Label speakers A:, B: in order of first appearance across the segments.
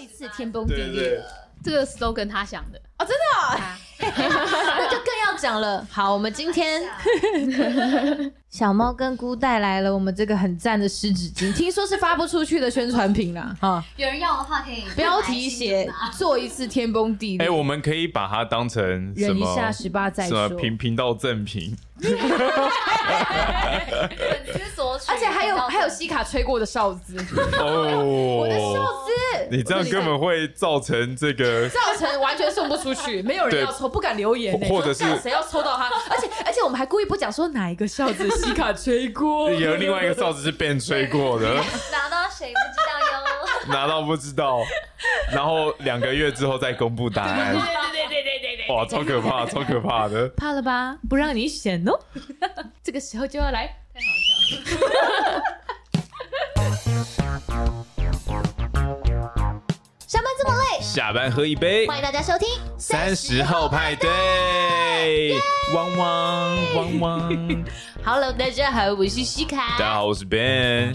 A: 一次天崩地
B: 对
A: 裂
B: 对对
A: 了，
C: 这个 slogan 他想的，
A: 那就更要讲了。好，我们今天小猫跟姑带来了我们这个很赞的湿纸巾，听说是发不出去的宣传品啦。哈，
D: 有人要的话可以买
A: 标题
D: 新
A: 写
D: 的吧
A: 做一次天崩地
B: 哎、
A: 裂，
B: 我们可以把它当成什
A: 忍一
B: 么
A: 下十八再
B: 什
A: 说
B: 么。频频道赠 品，
D: 粉丝索取，
A: 而且还有还有西卡吹过的哨子，
B: 哦，
A: 我的哨子，
B: 你这样根本会造成这个，
A: 造成完全送不出去，没有人要抽，不敢留言、欸，
B: 或或者是
A: 说干谁要抽到它？而且而且我们还故意不讲说哪一个哨子西卡吹过，
B: 有另外一个哨子是被人吹过的，
D: 拿到谁不知道哟。
B: 拿到不知道，然后两个月之后再公布答案，哇，超可 怕，超可怕的。
A: 怕了吧？不让你选哦， 这个时候就要来
D: 太好笑了。
E: 上班这么累，
B: 下班喝一杯，
E: 欢迎大家收听。
B: 三十号派对，汪汪汪汪。
A: Hello，大家好，我是西
B: 大家
A: 卡。
B: 好，我是 Ben。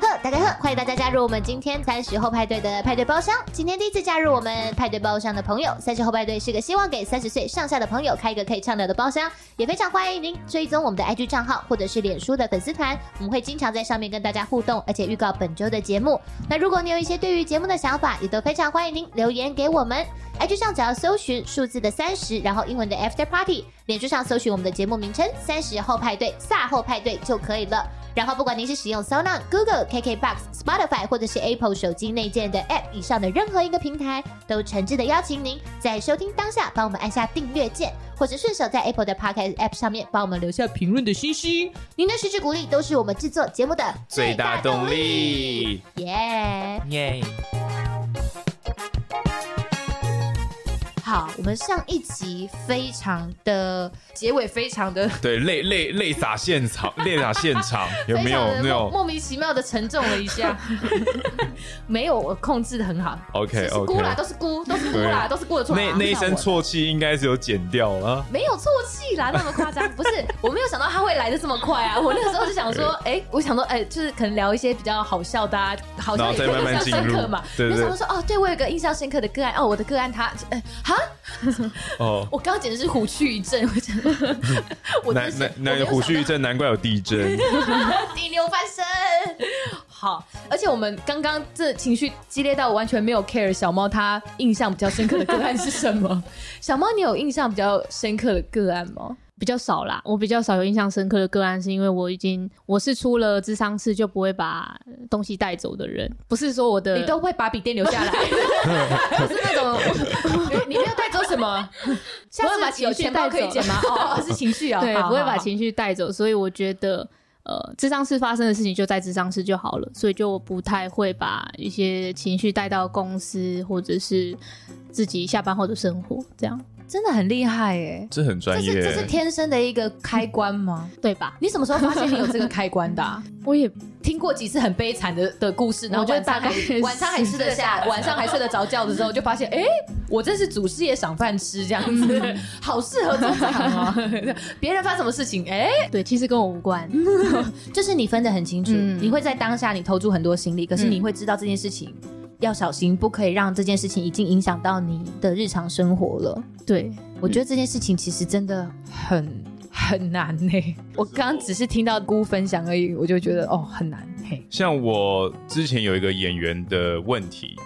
E: 呵，大家呵，欢迎大家加入我们今天三十后派对的派对包厢。今天第一次加入我们派对包厢的朋友，三十后派对是个希望给三十岁上下的朋友开一个可以畅聊的包厢，也非常欢迎您追踪我们的 IG 账号或者是脸书的粉丝团，我们会经常在上面跟大家互动，而且预告本周的节目。那如果你有一些对于节目的想法，也都非常欢迎您留言给我们。IG 上只要搜寻数字的三十，然后英文的 After Party，脸书上搜寻我们的节目名称“三十后派对”“萨后派对”就可以了。然后，不管您是使用 Sound、Google、KKBox、Spotify 或者是 Apple 手机内建的 App 以上的任何一个平台，都诚挚的邀请您在收听当下帮我们按下订阅键，或者顺手在 Apple 的 Podcast App 上面帮我们留下评论的信息。您的实质鼓励都是我们制作节目的
B: 最大动力，
E: 耶
B: 耶！
E: 好，
A: 我们上一集非常的结尾非常的
B: 对，泪泪泪洒现场，泪洒现场，有没
A: 非常
B: 有
A: 的
B: 那
A: 莫
B: 种
A: 莫名其妙的沉重了一 下，没有，我控制的很好。
B: OK
A: 是是菇啦，
B: OK？
A: 都是菇，都是菇啦，
B: 对
A: 都是菇的错啦。
B: 那那一
A: 啊吓我
B: 声啜泣应该是有剪掉啊。
A: 没有啜泣啦，那么夸 张，不是，我没有想到他会来的这么快啊！我那个时候就想 说，哎、我想说，哎、就是可能聊一些比较好笑的、啊，好像也
B: 然后再慢
A: 会
B: 慢
A: 印象深
B: 进
A: 刻
B: 入
A: 嘛。
B: 对对
A: 就想说，哦，对我有一个印象深刻的个案，哦，我的个案他，哎、哈，
B: 哦，
A: 我刚刚简直是虎躯一震，我讲， 我
B: 那
A: 真
B: 那
A: 是
B: 那虎须一震，难怪有 地震。
A: 第六翻身。好，而且我们刚刚这情绪激烈到我完全没有 care 小猫它印象比较深刻的个案是什 么？小猫，你有印象比较深刻的个案吗？
C: 比较少啦。我比较少有印象深刻的个案，是因为我已经我是出了智商室就不会把东西带走的人，不是说我的
A: 你都会把笔电留下 来，
C: 不是那种
A: 你没有带走什么？下次把有钱包可以捡吗？哦，是情绪啊，
C: 对，
A: 好
C: 不会
A: 好
C: 把
A: 好
C: 情绪带走，所以我觉得。呃，智商室发生的事情就在智商室就好了，所以就不太会把一些情绪带到公司或者是自己下班后的生活，这样
A: 真的很厉害哎，
B: 这很专
A: 这
B: 业，
A: 是这是天生的一个开关吗？
C: 对吧？
A: 你什么时候发现你有这个开关的 啊、
C: 我也
A: 听过几次很悲惨的的故事，然后
C: 我觉得
A: 晚上
C: 大概
A: 还
C: 是
A: 晚上还吃得 下，晚上还睡得着觉的时候，就发现哎、诶我真是祖师爷赏饭吃这样 子，好适合职场哦。 别人发生什么事情，哎、
C: 对，其实跟我无 关。
A: 就是你分得很清楚，
C: 嗯
A: 你会在当下你投注很多心力，可是
C: 嗯
A: 你会知道这件事情。要小心，不可以让这件事情已经影响到你的日常生活了。
C: 对，
A: 我觉得这件事情其实真的很很难呢、我刚刚只是听到姑分享而已，我就觉得哦很难嘿。
B: 像我之前有一个演员的问题，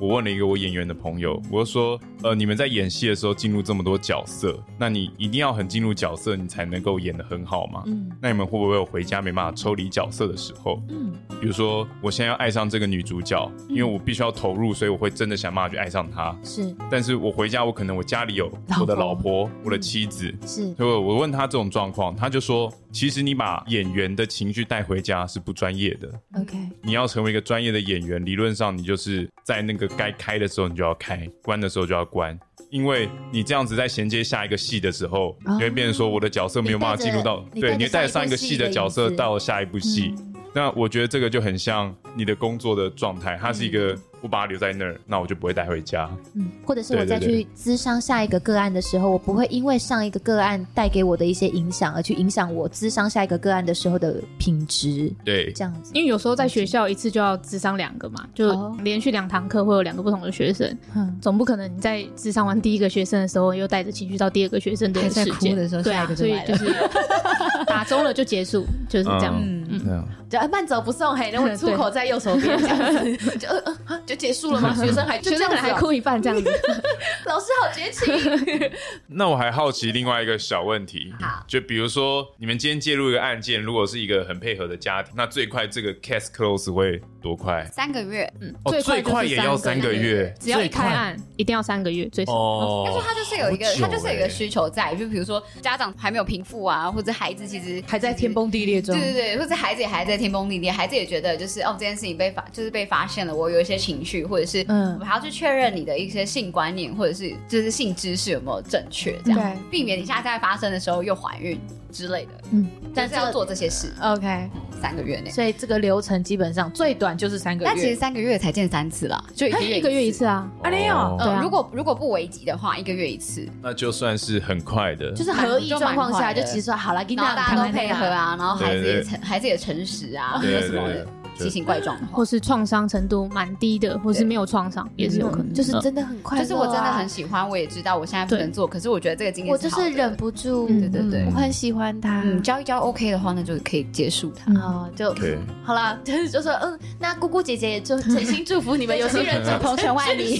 B: 我问了一个我演员的朋友，我就说，呃，你们在演戏的时候进入这么多角色，那你一定要很进入角色，你才能够演得很好嘛？
A: 嗯
B: 那你们会不会有回家没办法抽离角色的时候？
A: 嗯，
B: 比如说，我现在要爱上这个女主角，因为我必须要投入，所以我会真的想办法去爱上她。
A: 是
B: 但是我回家，我可能我家里有我的老婆、我的妻子，
A: 嗯是，
B: 所以我问他这种状况，他就说，其实你把演员的情绪带回家是不专业的。
A: OK，
B: 你要成为一个专业的演员，理论上你就是在那个该开的时候你就要开，关的时候就要关，因为你这样子在衔接下一个戏的时候，
A: 哦
B: 你会变成说我的角色没有办法进入到，
A: 你带着
B: 对，
A: 你带着
B: 你会带上一个戏的角
A: 上一
B: 色
A: 部戏的影子
B: 到下一部戏，那我觉得这个就很像你的工作的状态，它是一个我把它留在那儿，那我就不会带回家。
E: 嗯，或者是我
B: 对对
E: 再
B: 对
E: 去咨商下一个个案的时候，我不会因为上一个个案带给我的一些影响而去影响我咨商下一个个案的时候的品质，
B: 对，
E: 这样子。
C: 因为有时候在学校一次就要智商两个嘛，就
E: 哦
C: 连续两堂课会有两个不同的学生，
E: 嗯，
C: 总不可能你在智商完第一个学生的时候，又带着情绪到第二个学生的
A: 还在
C: 事件
A: 哭的时候
C: 对
A: 下一
C: 啊
A: 个，就
C: 所以
A: 来
C: 就
A: 了
C: 是打中了就结束，就是这样。
B: 嗯
A: 嗯，
B: 这样
A: 就啊慢走不送，嘿，然后出口在右手边，这样 子就呃呃啊就结束了吗？学生还就这
C: 学生
A: 样
C: 可
A: 子
C: 能还
A: 哦，
C: 哭一半这样子，
A: 老师好绝 情。
B: 那我还好奇另外一个小问题，就比如说你们今天介入一个案件，如果是一个很配合的家庭，那最快这个 case close 会多快？
D: 三个月，嗯，
B: 哦，
C: 最
B: 最
C: 快
B: 快
C: 就是
B: 也要三个月
C: 只要一
B: 最快
C: 开案一定要三个月最少。
B: 哦。
D: 但是它就是有一个
B: 好，久
D: 它就是有一个
B: 欸
D: 需求在，就比如说家长还没有平复啊，或者孩子其实
A: 还在天。崩地裂中
D: 对。对对，或者孩子也还在天崩地裂，孩子也觉得就是哦，这件事情被发就是被发现了，我有一些情绪，或者是
A: 嗯
D: 嗯，我还要去确认你的一些性观念，或者是就是性知识有没有正确，这样
A: 对
D: 避免你下次再发生的时候又怀孕之类的。
A: 嗯
D: 嗯，
A: 但
D: 但
A: 这
D: 是
A: 个
D: 要做这些事，
A: OK，
B: 啊
D: 三个月内。
A: 所以这个流程基本上最短就是三个
D: 但其实
A: 月。
D: 三个月才见三次啦， 就一
C: 他
D: 个月
C: 一个月一。次啊，
A: 啊没有
B: 哦
C: 对啊
D: 呃，如果如果不危急的话，一个月一次，
B: 那就算是很快的，
A: 就是合意状况下，
D: 蛮就蛮快
A: 就
D: 的
A: 其实说好了，跟
D: 然后大家都配合，啊，然后孩子
B: 对对
D: 也诚孩子也诚实啊，或
B: 对
D: 者
B: 对
D: 什么
B: 对
D: 的，奇形怪状
A: 啊
D: 的话
C: 或。是创伤程度蛮低的，或是没有创
A: 嗯
C: 伤也是有可能。
E: 就是真的很快乐
D: 就
E: 啊、
D: 是我真的很喜欢，我也知道我现在不能做，可是我觉得这个经验
E: 我就是忍不住，
C: 嗯
D: 对对对
E: 我很喜欢他。
D: 嗯，教一教 OK 的话，那就可以结束
A: 嗯
D: 它。
C: 啊
E: 哦，就
B: OK，
E: 好啦，就是就说，嗯，那姑姑姐姐也就 诚心祝福你们，有心人
D: 就朋圈外你，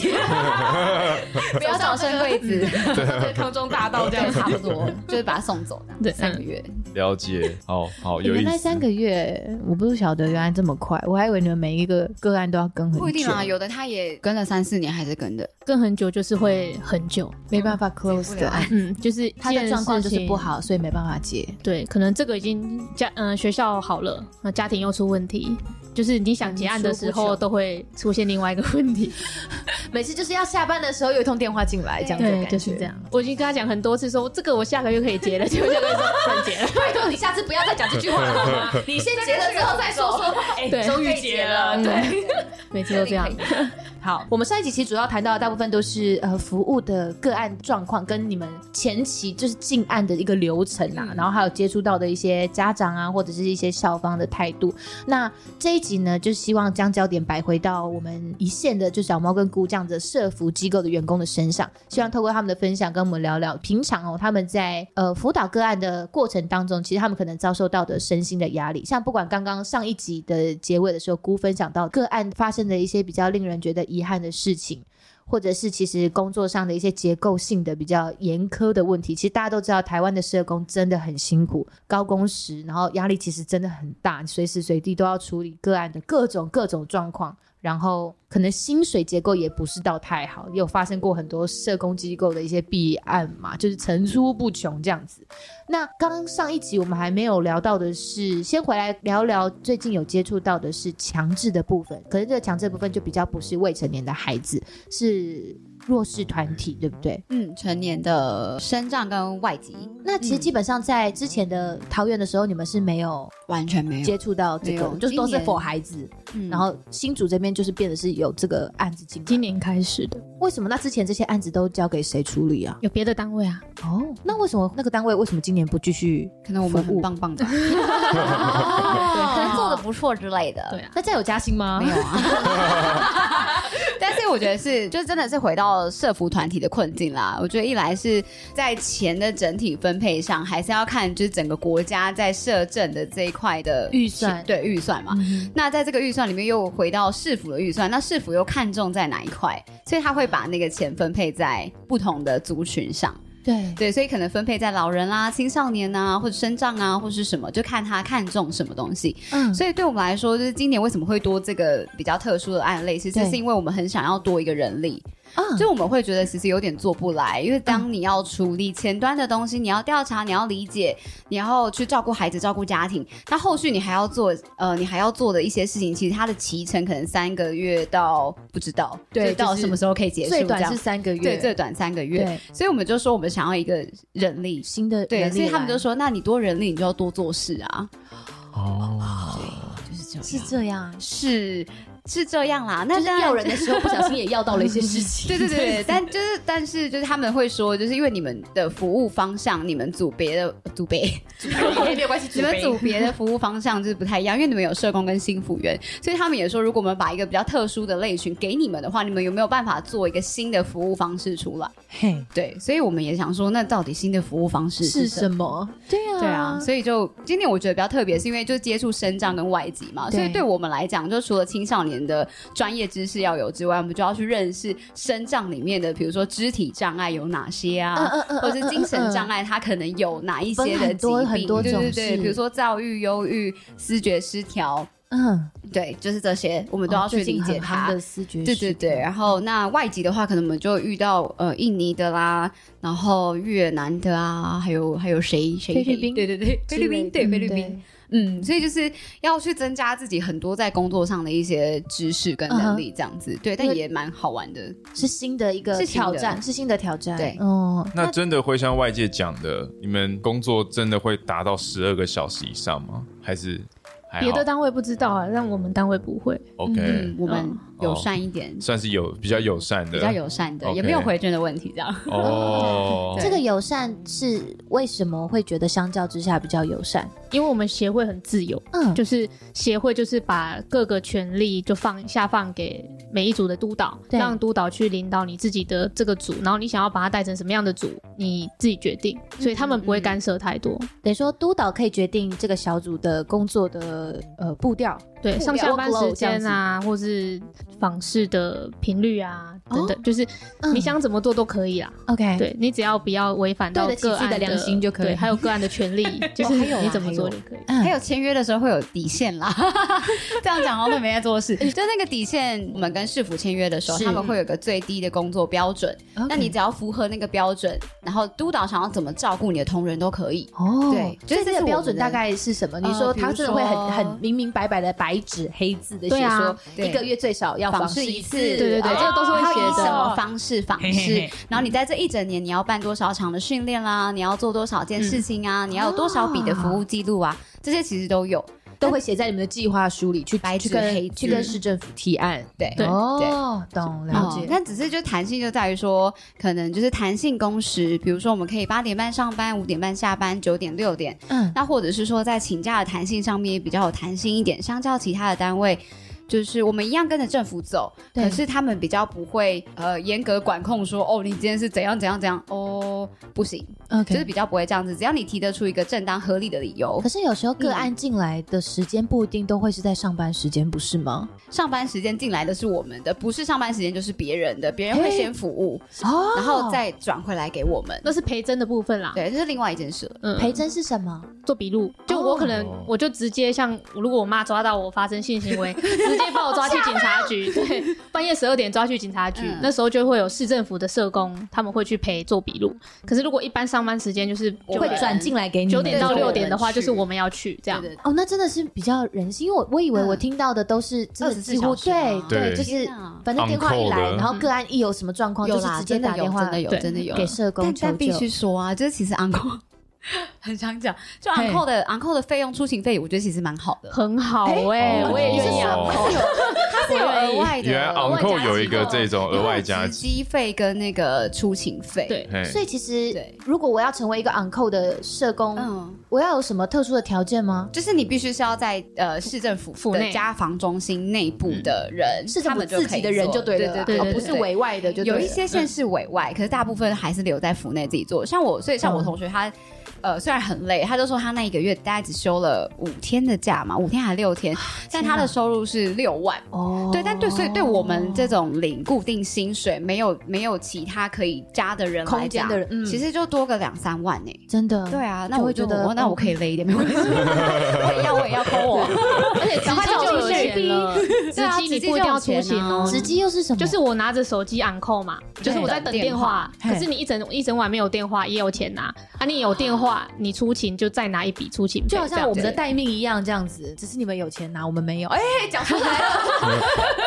D: 不要早生贵子，
A: 空中大道
D: 这样差不多，就是把他送走这样，
C: 对
D: 三个月。
E: 嗯
B: 了解，好好有
E: 原
B: 意
E: 来
B: 思。
E: 三个月，我不晓得原来这么快，我还以为你们每一个个案都要跟很久，
D: 不一定啊，有的他也跟了三四年，还是跟的。
C: 跟很久就是会很久，
E: 没办法 close 的案，
C: 嗯，就是
E: 他
C: 这件
E: 的状况
C: 事
E: 就是
C: 情
E: 不。好，所以没办法接。
C: 对，可能这个已经家嗯、学校好了，那家庭又出问题，就是你想结案的
E: 嗯
C: 时
E: 说不
C: 候
E: 久
C: 都会出现另外一个问题。
A: 每次就是要下班的时候有一通电话进来，这样子的
C: 对，
A: 感觉
C: 就是这。样。我已经跟他讲很多次说，这个我下个月可 以结了，结果下个月说不结了。
A: 拜托你下次不要再讲这句话了，好吗？你先结了之后再说说。哎
C: 对
A: 终于结了，
C: 嗯
A: 对。
C: 每次都这样。
A: 好，
E: 我们上一集其实主要谈到的大部分都是呃服务的个案状况，跟你们前期就是进案的一个流程啊，然后还有接触到的一些家长啊，或者是一些校方的态度。那这一集呢，就希望将焦点摆回到我们一线的，就小猫跟姑这样子的社服机构的员工的身上，希望透过他们的分享，跟我们聊聊平常哦，他们在呃辅导个案的过程当中，其实他们可能遭受到的身心的压力，像不管刚刚上一集的结尾的时候，姑分享到个案发生的一些比较令人觉得遗憾的事情。或者是其实工作上的一些结构性的比较严苛的问题，其实大家都知道，台湾的社工真的很辛苦，高工时，然后压力其实真的很大，你随时随地都要处理个案的各种各种状况，然后可能薪水结构也不是到太好，也有发生过很多社工机构的一些弊案嘛，就是层出不穷这样子。那刚刚上一集我们还没有聊到的是，先回来聊聊最近有接触到的是强制的部分，可是这个强制的部分就比较不是未成年的孩子，是弱
D: 哦
E: 势团体，对不对？
D: 嗯，成年的身障跟外籍
E: 嗯那其实基本上在之前的桃园的时候，你们是没有
D: 完全没有。
E: 接触到这
D: 没
E: 个
D: 有，
E: 就是都
D: 今
E: 是
D: 年
E: 否孩子，
D: 嗯
E: 然后新竹这边就是变得是有这个案子进来，
C: 今年开始的，
E: 为什么？那之前这些案子都交给谁处理啊？
C: 有别的单位啊，
E: 哦，那为什么那个单位为什么今年不继续？
D: 可能我们很棒棒的，可
E: 哦
D: 能做的不错之类的。
C: 对啊，
E: 那这样有加薪吗
D: 没？有啊。但是我觉得是，就真的是回到社服团体的困境啦。我觉得一来是在钱的整体分配上，还是要看就是整个国家在社政的这一块的
E: 预算嗯
D: 对预算嘛。那在这个预算里面又回到市府的预算，那市府又看重在哪一块？所以他会把那个钱分配在不同的族群上。
E: 对，
D: 对，所以可能分配在老人啦、青少年啊，或者身障啊，或是什么，就看他看中什么东西。
E: 嗯，
D: 所以对我们来说，就是今年为什么会多这个比较特殊的案例，其实
E: 对
D: 是因为我们很想要多一个人力。
E: 嗯
D: 就我们会觉得其实有点做不来，因为当你要处理前端的东西，你要调查，你要理解，你要去照顾孩子、照顾家庭，那后续你还要做，呃，你还要做的一些事情，其实它的期程可能三个月到不知道，
E: 对
D: 就是到
E: 就是
D: 什么时候可以结束，
E: 最
D: 这
E: 短
D: 样
E: 是三个月，
D: 对最短三个月，
E: 对
D: 所以我们就说我们想要一个人力，
E: 新的
D: 对，
E: 人力
D: 所以他们
E: 来
D: 就说，那你多人力，你就要多做事啊，
B: 哦，
D: 这样，
A: 是这样，
D: 是是这样啦。那
A: 就是
D: 当然
A: 要人的时候不小心也要到了一些事情。
D: 对对对对，但就是但是就是他们会说，就是因为你们的服务方向，你们组别的组别，
A: 对，没有关 系，
D: 你们组别的服务方向就是不太一样，因为你们有社工跟新服员，所以他们也说，如果我们把一个比较特殊的类群给你们的话，你们有没有办法做一个新的服务方式出来？
A: 嘿
D: 对，所以我们也想说，那到底新的服务方式
A: 是
D: 什
A: 什
D: 么？
A: 么？对啊，
D: 对啊，所以就今年我觉得比较特别，是因为就接触生障跟外籍嘛，
A: 对
D: 所以对我们来讲，就除了青少年的专业知识要有之外，我们就要去认识生障里面的，比如说肢体障碍有哪些啊，
A: 嗯嗯嗯
D: 或者是精神障
A: 碍，
D: 碍，它可能有哪一些
A: 分
D: 的
A: 很
D: 疾
A: 多
D: 病，
A: 很多
D: 对
A: 种
D: 对对，
A: 是
D: 比如说躁郁、忧郁、思觉失调，
A: 嗯，
D: 对，就是这些，我们
A: 哦
E: 哦
D: 都要去理解它。
A: 的嗯思觉，
D: 对对对，，啊然后那外籍的话，可能我们就遇到呃印尼的啦，然后越南的啊，还有还有谁谁
A: 菲律宾
D: 对对对，菲律宾对菲律宾，嗯，所以就是要去增加自己很多在工作上的一些知识跟
A: 嗯
D: 能力，这样子，对，但
A: 因为
D: 也蛮好玩的，
A: 是新的一个
D: 是新的
A: 挑战，是新的挑战，
E: 嗯
D: 对
A: 哦，
B: 那真的会像外界讲的，你们工作真的会达到十二个小时以上吗？还是还好
C: 别的单位不知道啊，但我们单位不会。
B: OK，、
D: 嗯，我们友善一点，
B: 算是有比较友善的，
D: 比较友善的，
B: OK
D: 也没有回卷的问题，这样。
B: 哦。
D: 对
E: 这个友善是为什么会觉得相较之下比较友善？
C: 因为我们协会很自由，
E: 嗯，
C: 就是协会就是把各个权利就放下放给每一组的督导，
E: 对
C: 让督导去领导你自己的这个组，然后你想要把它带成什么样的组，你自己决定，所以他
A: 嗯
C: 们不会干涉太多。
E: 等于说督导可以决定这个小组的工作的呃步调，
C: 对，
E: 不
C: 上
E: 聊
C: 下班
E: workload
C: 时间啊，或是访视的频率啊等
A: 哦
C: 等，就是
E: 嗯
C: 你想怎么做都可以啦。
A: OK，
C: 对你只要不要违反到
A: 哎对得起
C: 个
A: 自己
C: 案
A: 的良心就可以
C: 对还有个案的 权利，就是
A: 还有啊
C: 你怎么
A: 还有
C: 做就可以。
A: 嗯
D: 还有签约的时候会有底线啦， 这样讲好像没在做事。就那个底线，我们跟市府签约的时
A: 嗯
D: 候，
A: 是
D: 他们会有个最低的工作标准。
A: OK，
D: 那你只要符合那个标准，然后督导想要怎么照顾你的同仁都可以。
A: 哦，
D: 对
A: 所以这
D: 这是我
A: 个
D: 们
A: 标准
D: 的
A: 大概是什么？你
D: 呃
A: 说
D: 比
A: 他
D: 如
A: 真的会
D: 说
A: 很很明明白白的白纸黑字的写
C: 对啊
A: 说，
D: 对
A: 一个月最少要
D: 访
A: 访
D: 视
A: 视
D: 一
A: 一
D: 次
A: 次，
C: 对对对
A: 哦
C: 这个都是会
D: 他
C: 写
D: 以
C: 的
D: 什么方式访
F: 嘿嘿
D: 视
F: 嘿，
D: 然后你在这一整年你要办多少场的训练啦，你要做多少件事情
A: 嗯
D: 啊，你要有多少笔的服务记录啊，这些其实都有。
A: 都会写在你们的计划书里去
D: 白
A: 去
D: 纸黑
A: 跟
D: 字
A: 去跟市政府提案。
D: 对
C: 对
A: 哦，懂了
D: 哦
A: 解。
D: 但只是就弹性就在于说，可能就是弹性工时，比如说我们可以八点半上班，五点半下班，九点六点，
A: 嗯，
D: 那或者是说在请假的弹性上面也比较有弹性一点，相较其他的单位。就是我们一样跟着政府走，
A: 对
D: 可是他们比较不会呃严格管控说哦，你今天是怎样怎样怎样哦，不行，
A: OK，
D: 就是比较不会这样子。只要你提得出一个正当合理的理由
E: 可，是有时候
A: 嗯
E: 个案进来的时间不一定都会是在上班时间，不是吗？
D: 上班时间进来的是我们的，不是上班时间就是别人的，别人
A: 嘿
D: 会先服务，
A: 哦
D: 然后再转回来给我们。
C: 那是陪真的部分啦，
D: 对，这是另外一件事了。
C: 嗯，
E: 培真是什么？
C: 做笔录，就我可能我就直接像，如果我妈抓到我发生性行为，直接把我抓去警察局，对，半夜十二点抓去警察局
D: 嗯，
C: 那时候就会有市政府的社工，他们会去陪做笔录。可是如果一般上班时间就是
D: 我
C: 九
D: 们
E: 会
C: 点
E: 转进来给你们
C: 九点到六点的话，
D: 对
C: 就是我们要去这样
D: 对。对
E: 哦，那真的是比较人性，因为我我以
D: 嗯
E: 为我听到的都是真的
D: 24
E: 几乎
D: 小时
E: 对
D: 吗
B: 对
E: 就是
D: 天哪
E: 反正电话一
B: On call
E: 来，
B: 的
E: 然后个案一有什么状况，
D: 有
E: 就是
D: 啦，
E: 直接
D: 真的
E: 打
D: 有
E: 电话
D: 真的有，
C: 对
D: 真的有
E: 给社工
D: 但
E: 求
D: 但必
E: 救。
D: 须说啊，就是其实昂扣很想讲，就昂扣的昂扣的费用出勤费，我觉得其实蛮好的，
C: 很好哎，
B: 哦
C: 我也愿意啊，
B: 哦
D: 它是有它是有额外的，
B: 原来
D: 额外
B: uncle
D: 加
B: 有一个
D: 起
B: 这种额外
D: 因为
B: 加
D: 有直机费跟那个出勤费，
C: 对
B: 嘿
E: 所以其实
D: 对，
E: 如果我要成为一个 on call 的社工，
D: 嗯，
E: 我要有什么特殊的条件吗？
D: 就是你必须是要在呃市政府
C: 府
D: 的
C: 内
D: 家防中心内部的
A: 嗯
D: 人，
A: 是
D: 他
A: 我
D: 们就
A: 自
D: 可
A: 己
D: 以
A: 的人
D: 做
A: 就对了啦，
C: 对对对
A: 哦
C: 对
A: 不是委外的，就对
D: 有
A: 了嗯
D: 一些县市委外，可是大部分还是留在府内自己做。像我，所以像我同学他，呃，虽然很累，他就说他那一个月大概只休了五天的假嘛，五天还六
A: 啊
D: 天，但他的收入是六万。
E: 哦
D: 对，但对，所以对我们这种领固定薪水没有没有其他可以加的人来
A: 空
D: 讲
A: 间，的人，嗯
D: 其实就多个两三万呢、
E: 真的
D: 对啊，
E: 嗯
D: 那
E: 就
D: 我
E: 会
D: 就
E: 觉得哦嗯
D: 我那我可以累一点没关系，我也要我也要抠我，
A: 而且直
D: 赶 快
A: 接
D: 叫我
A: 就有
D: 出去
C: 钱了，
D: 对啊
C: 直机你不一定要出勤哦，
E: 直机又是什么？
C: 就是我拿着手机按扣嘛，就是我在等电话，
A: 嘿
C: 可是你一整一整晚没有电话也有钱拿啊，你有电话你出勤就再拿一笔出勤费，
A: 就好像我们的
C: 这样
A: 待命一样，这样子，只是你们有钱拿，我们没有。哎、讲出来了，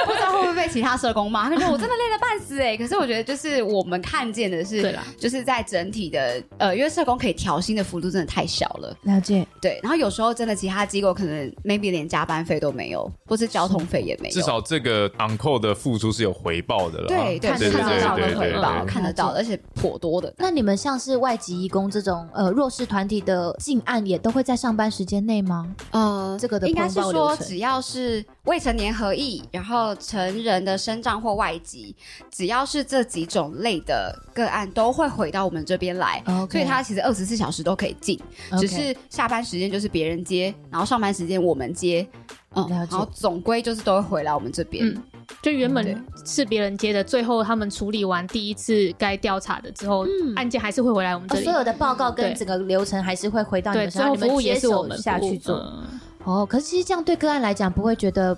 D: 不知道会不会被其他社工骂？他说我真的累得半死哎、可是我觉得就是我们看见的
C: 对
D: 是
C: 啦，
D: 就是在整体的呃，因为社工可以调薪的幅度真的太小了，
A: 了解。
D: 对。然后有时候真的其他机构可能 maybe 连加班费都没有，或是交通费也没有，
B: 至少这个 uncle 的付出是有回报的了。
D: 对对
B: 啊
A: 看
B: 对
A: 得
B: 对
A: 到
B: 对
A: 看
B: 对
A: 得
D: 的回
B: 对
D: 报
B: 对。
D: 看得到，而且颇多的。
E: 那你们像是外籍义工这种呃弱势团体的进案，也都会在上班时间内吗？
D: 呃
E: 这个的
D: 应该是
E: 通报流
D: 说，
E: 程
D: 只要是未成年合意，然后成人的生障或外籍，只要是这几种类的个案，都会回到我们这边来。
E: 哦
C: 哦
E: OK
D: 所以它其实二十四小时都可以进
A: OK
D: 只是下班时间就是别人接，然后上班时间我们接。嗯，
A: 了
D: 然
A: 解
D: 后总归就是都会回来我们这边。
C: 嗯就原
D: 对
C: 本是别人接的，最后他们处理完第一次该调查的之后，案件还是会回来我们
E: 嗯
C: 这
E: 哦
C: 里
E: 所，有的报告跟
C: 对
E: 整个流程还是会回到你
C: 对，
E: 们身
C: 最
E: 上，
C: 后
E: 你们
C: 服务也
E: 接
C: 是我
E: 手
C: 们
E: 下
C: 服务
E: 去做。
C: 嗯
E: 哦，可是其实这样对个案来讲，不会觉得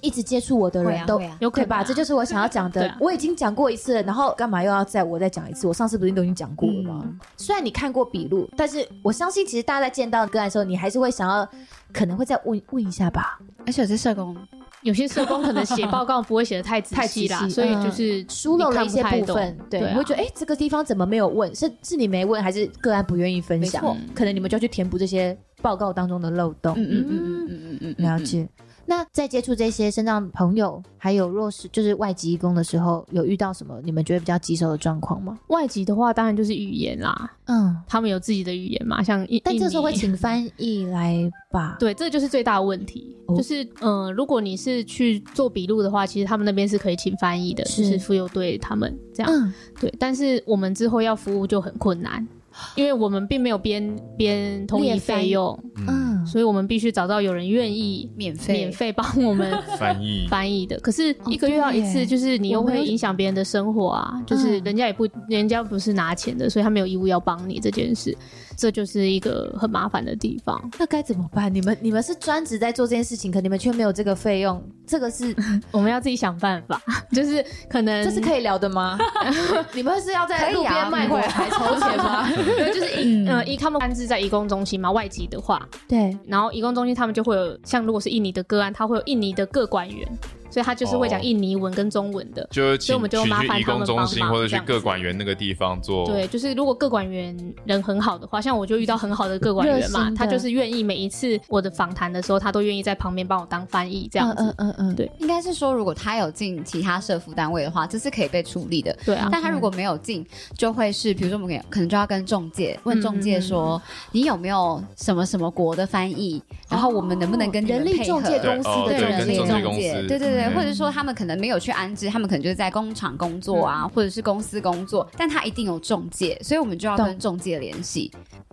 E: 一直接触我的
D: 会
E: 人
D: 啊
E: 都
D: 会啊
C: 有可
E: 对
C: 能
E: 吧？
C: 啊
E: 这就是我想要讲
C: 对
E: 的
C: 啊。
E: 我
A: 我已经讲过一次了，然后干嘛又要再我再讲一次？我上次不是都已经讲过
E: 嗯
A: 了吗？
C: 嗯
A: 虽然你看过笔录，但是我相信其实大家在见到个案的时候，你还是会想要，可能会再问问一下吧。
D: 而且我是社工，
C: 有些社工可能写报告不会写的太仔
A: 太仔
C: 细啦，
A: 细
C: 所以
E: 嗯
C: 就是
E: 疏漏了一些
C: 你
E: 部
C: 看不太
E: 分
C: 懂，
A: 对，
C: 啊
A: 你会觉得哎、诶这个地方怎么没有问？是是你没问，还是个案不愿意分享
D: 没错？
A: 可能你们就要去填补这些报告当中的漏洞。
D: 嗯嗯嗯嗯嗯嗯嗯，
A: 了解。
E: 那在接触这些身障朋友，还有弱势，就是外籍义工的时候，有遇到什么你们觉得比较棘手的状况吗？
C: 外籍的话，当然就是语言啦，
E: 嗯，
C: 他们有自己的语言嘛，像印
E: 但这时候会
C: 印尼
E: 请翻译来 吧。
C: 对，这就是最大的问题，
E: 哦
C: 就是嗯、呃如果你是去做笔录的话，其实他们那边是可以请翻译的，
E: 是
C: 就是妇幼队他们
A: 啊
C: 这样、
E: 嗯，
C: 对。但是我们之后要服务就很困难，因为我们并没有编编统
E: 列
C: 一
E: 翻
C: 费用，
B: 嗯，
E: 嗯，
C: 所以我们必须找到有人愿意
D: 免费
C: 免费帮我 们
B: 翻译
C: 翻译的。可是一个月要一
E: 哦对耶
C: 次，就是你又
E: 我没有
C: 会影响别人的生活啊，就是
E: 嗯
C: 人家也不，人家不是拿钱的，所以他没有义务要帮你这件事，这就是一个很麻烦的地方。
A: 那该怎么办？你们你们是专职在做这件事情，可你们却没有这个费用，这个是
C: 我们要自己想办法， 就是可能
A: 这是可以聊的吗？ 你们是要在
D: 啊
A: 路边卖火柴抽钱吗？
C: 对，就是一呃，一他们安置在移工中心嘛，外籍的话，
E: 对，
C: 然后移工中心他们就会有，像如果是印尼的个案，他会有印尼的各管员，所以他就是会讲
B: 哦
C: 印尼文跟中文的。
B: 就是
C: 所以我
B: 请
C: 们就
B: 请
C: 麻
B: 去
C: 烦
B: 移
C: 他
B: 工
C: 们
B: 中
C: 帮
B: 心
C: 忙
B: 或者
C: 这
B: 去
C: 样
B: 各
C: 子
B: 管员那个地方做。
C: 对，就是如果各管员人很好的话，像我就遇到很好的各管员
E: 热
C: 嘛
E: 心的，
C: 他就是愿意每一次我的访谈的时候，他都愿意在旁边帮我当翻译这样
E: 嗯
C: 子。
E: 嗯嗯嗯，
C: 对
D: 应该是说，如果他有进其他社服单位的话，这是可以被处理的。
C: 对啊，
D: 但他如果没有进，就会是比如说我们可能就要跟中介问中介说，你有没有什么什么国的翻译，然后我们能不能跟你们
E: 人力
D: 配合
E: 中介
B: 对
E: 公司
B: 哦
E: 的
B: 对
E: 这
D: 对
B: 跟
E: 种
D: 人力
B: 中
E: 这
B: 介
E: 种
B: 公司
D: 对对对，
B: 嗯
D: 或者说他们可能没有去安置，他们可能就是在工厂工作啊，或者是公司工作，但他一定有中介，所以我们就要
E: 懂
D: 跟中介联系，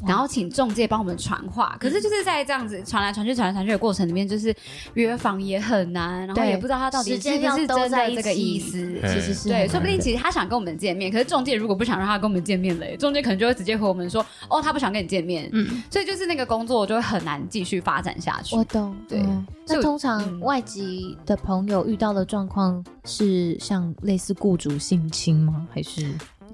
D: 然后请中介帮我们传话。可是就是在这样子传来传去、传来传去的过程里面，就是约访也很难，然后
E: 对
D: 也不知道他到底
E: 时
D: 是
E: 间
D: 不
E: 要
D: 是
E: 都
D: 真
E: 在
D: 的
E: 一
D: 这个
E: 起
D: 意思。
B: 嘿
E: 其实是
D: 对，说
E: 很
D: 不定其实他想跟我们见面，可是中介如果不想让他跟我们见面嘞，中介可能就会直接回我们说，哦，他不想跟你见面，
C: 嗯，
D: 所以就是那个工作就会很难继续发展下去
E: 我。懂，
D: 对
E: 嗯
D: 所
E: 那
D: 以我
E: 通常
D: 嗯
E: 外籍的朋友遇到的状况是像类似雇主性侵吗？还是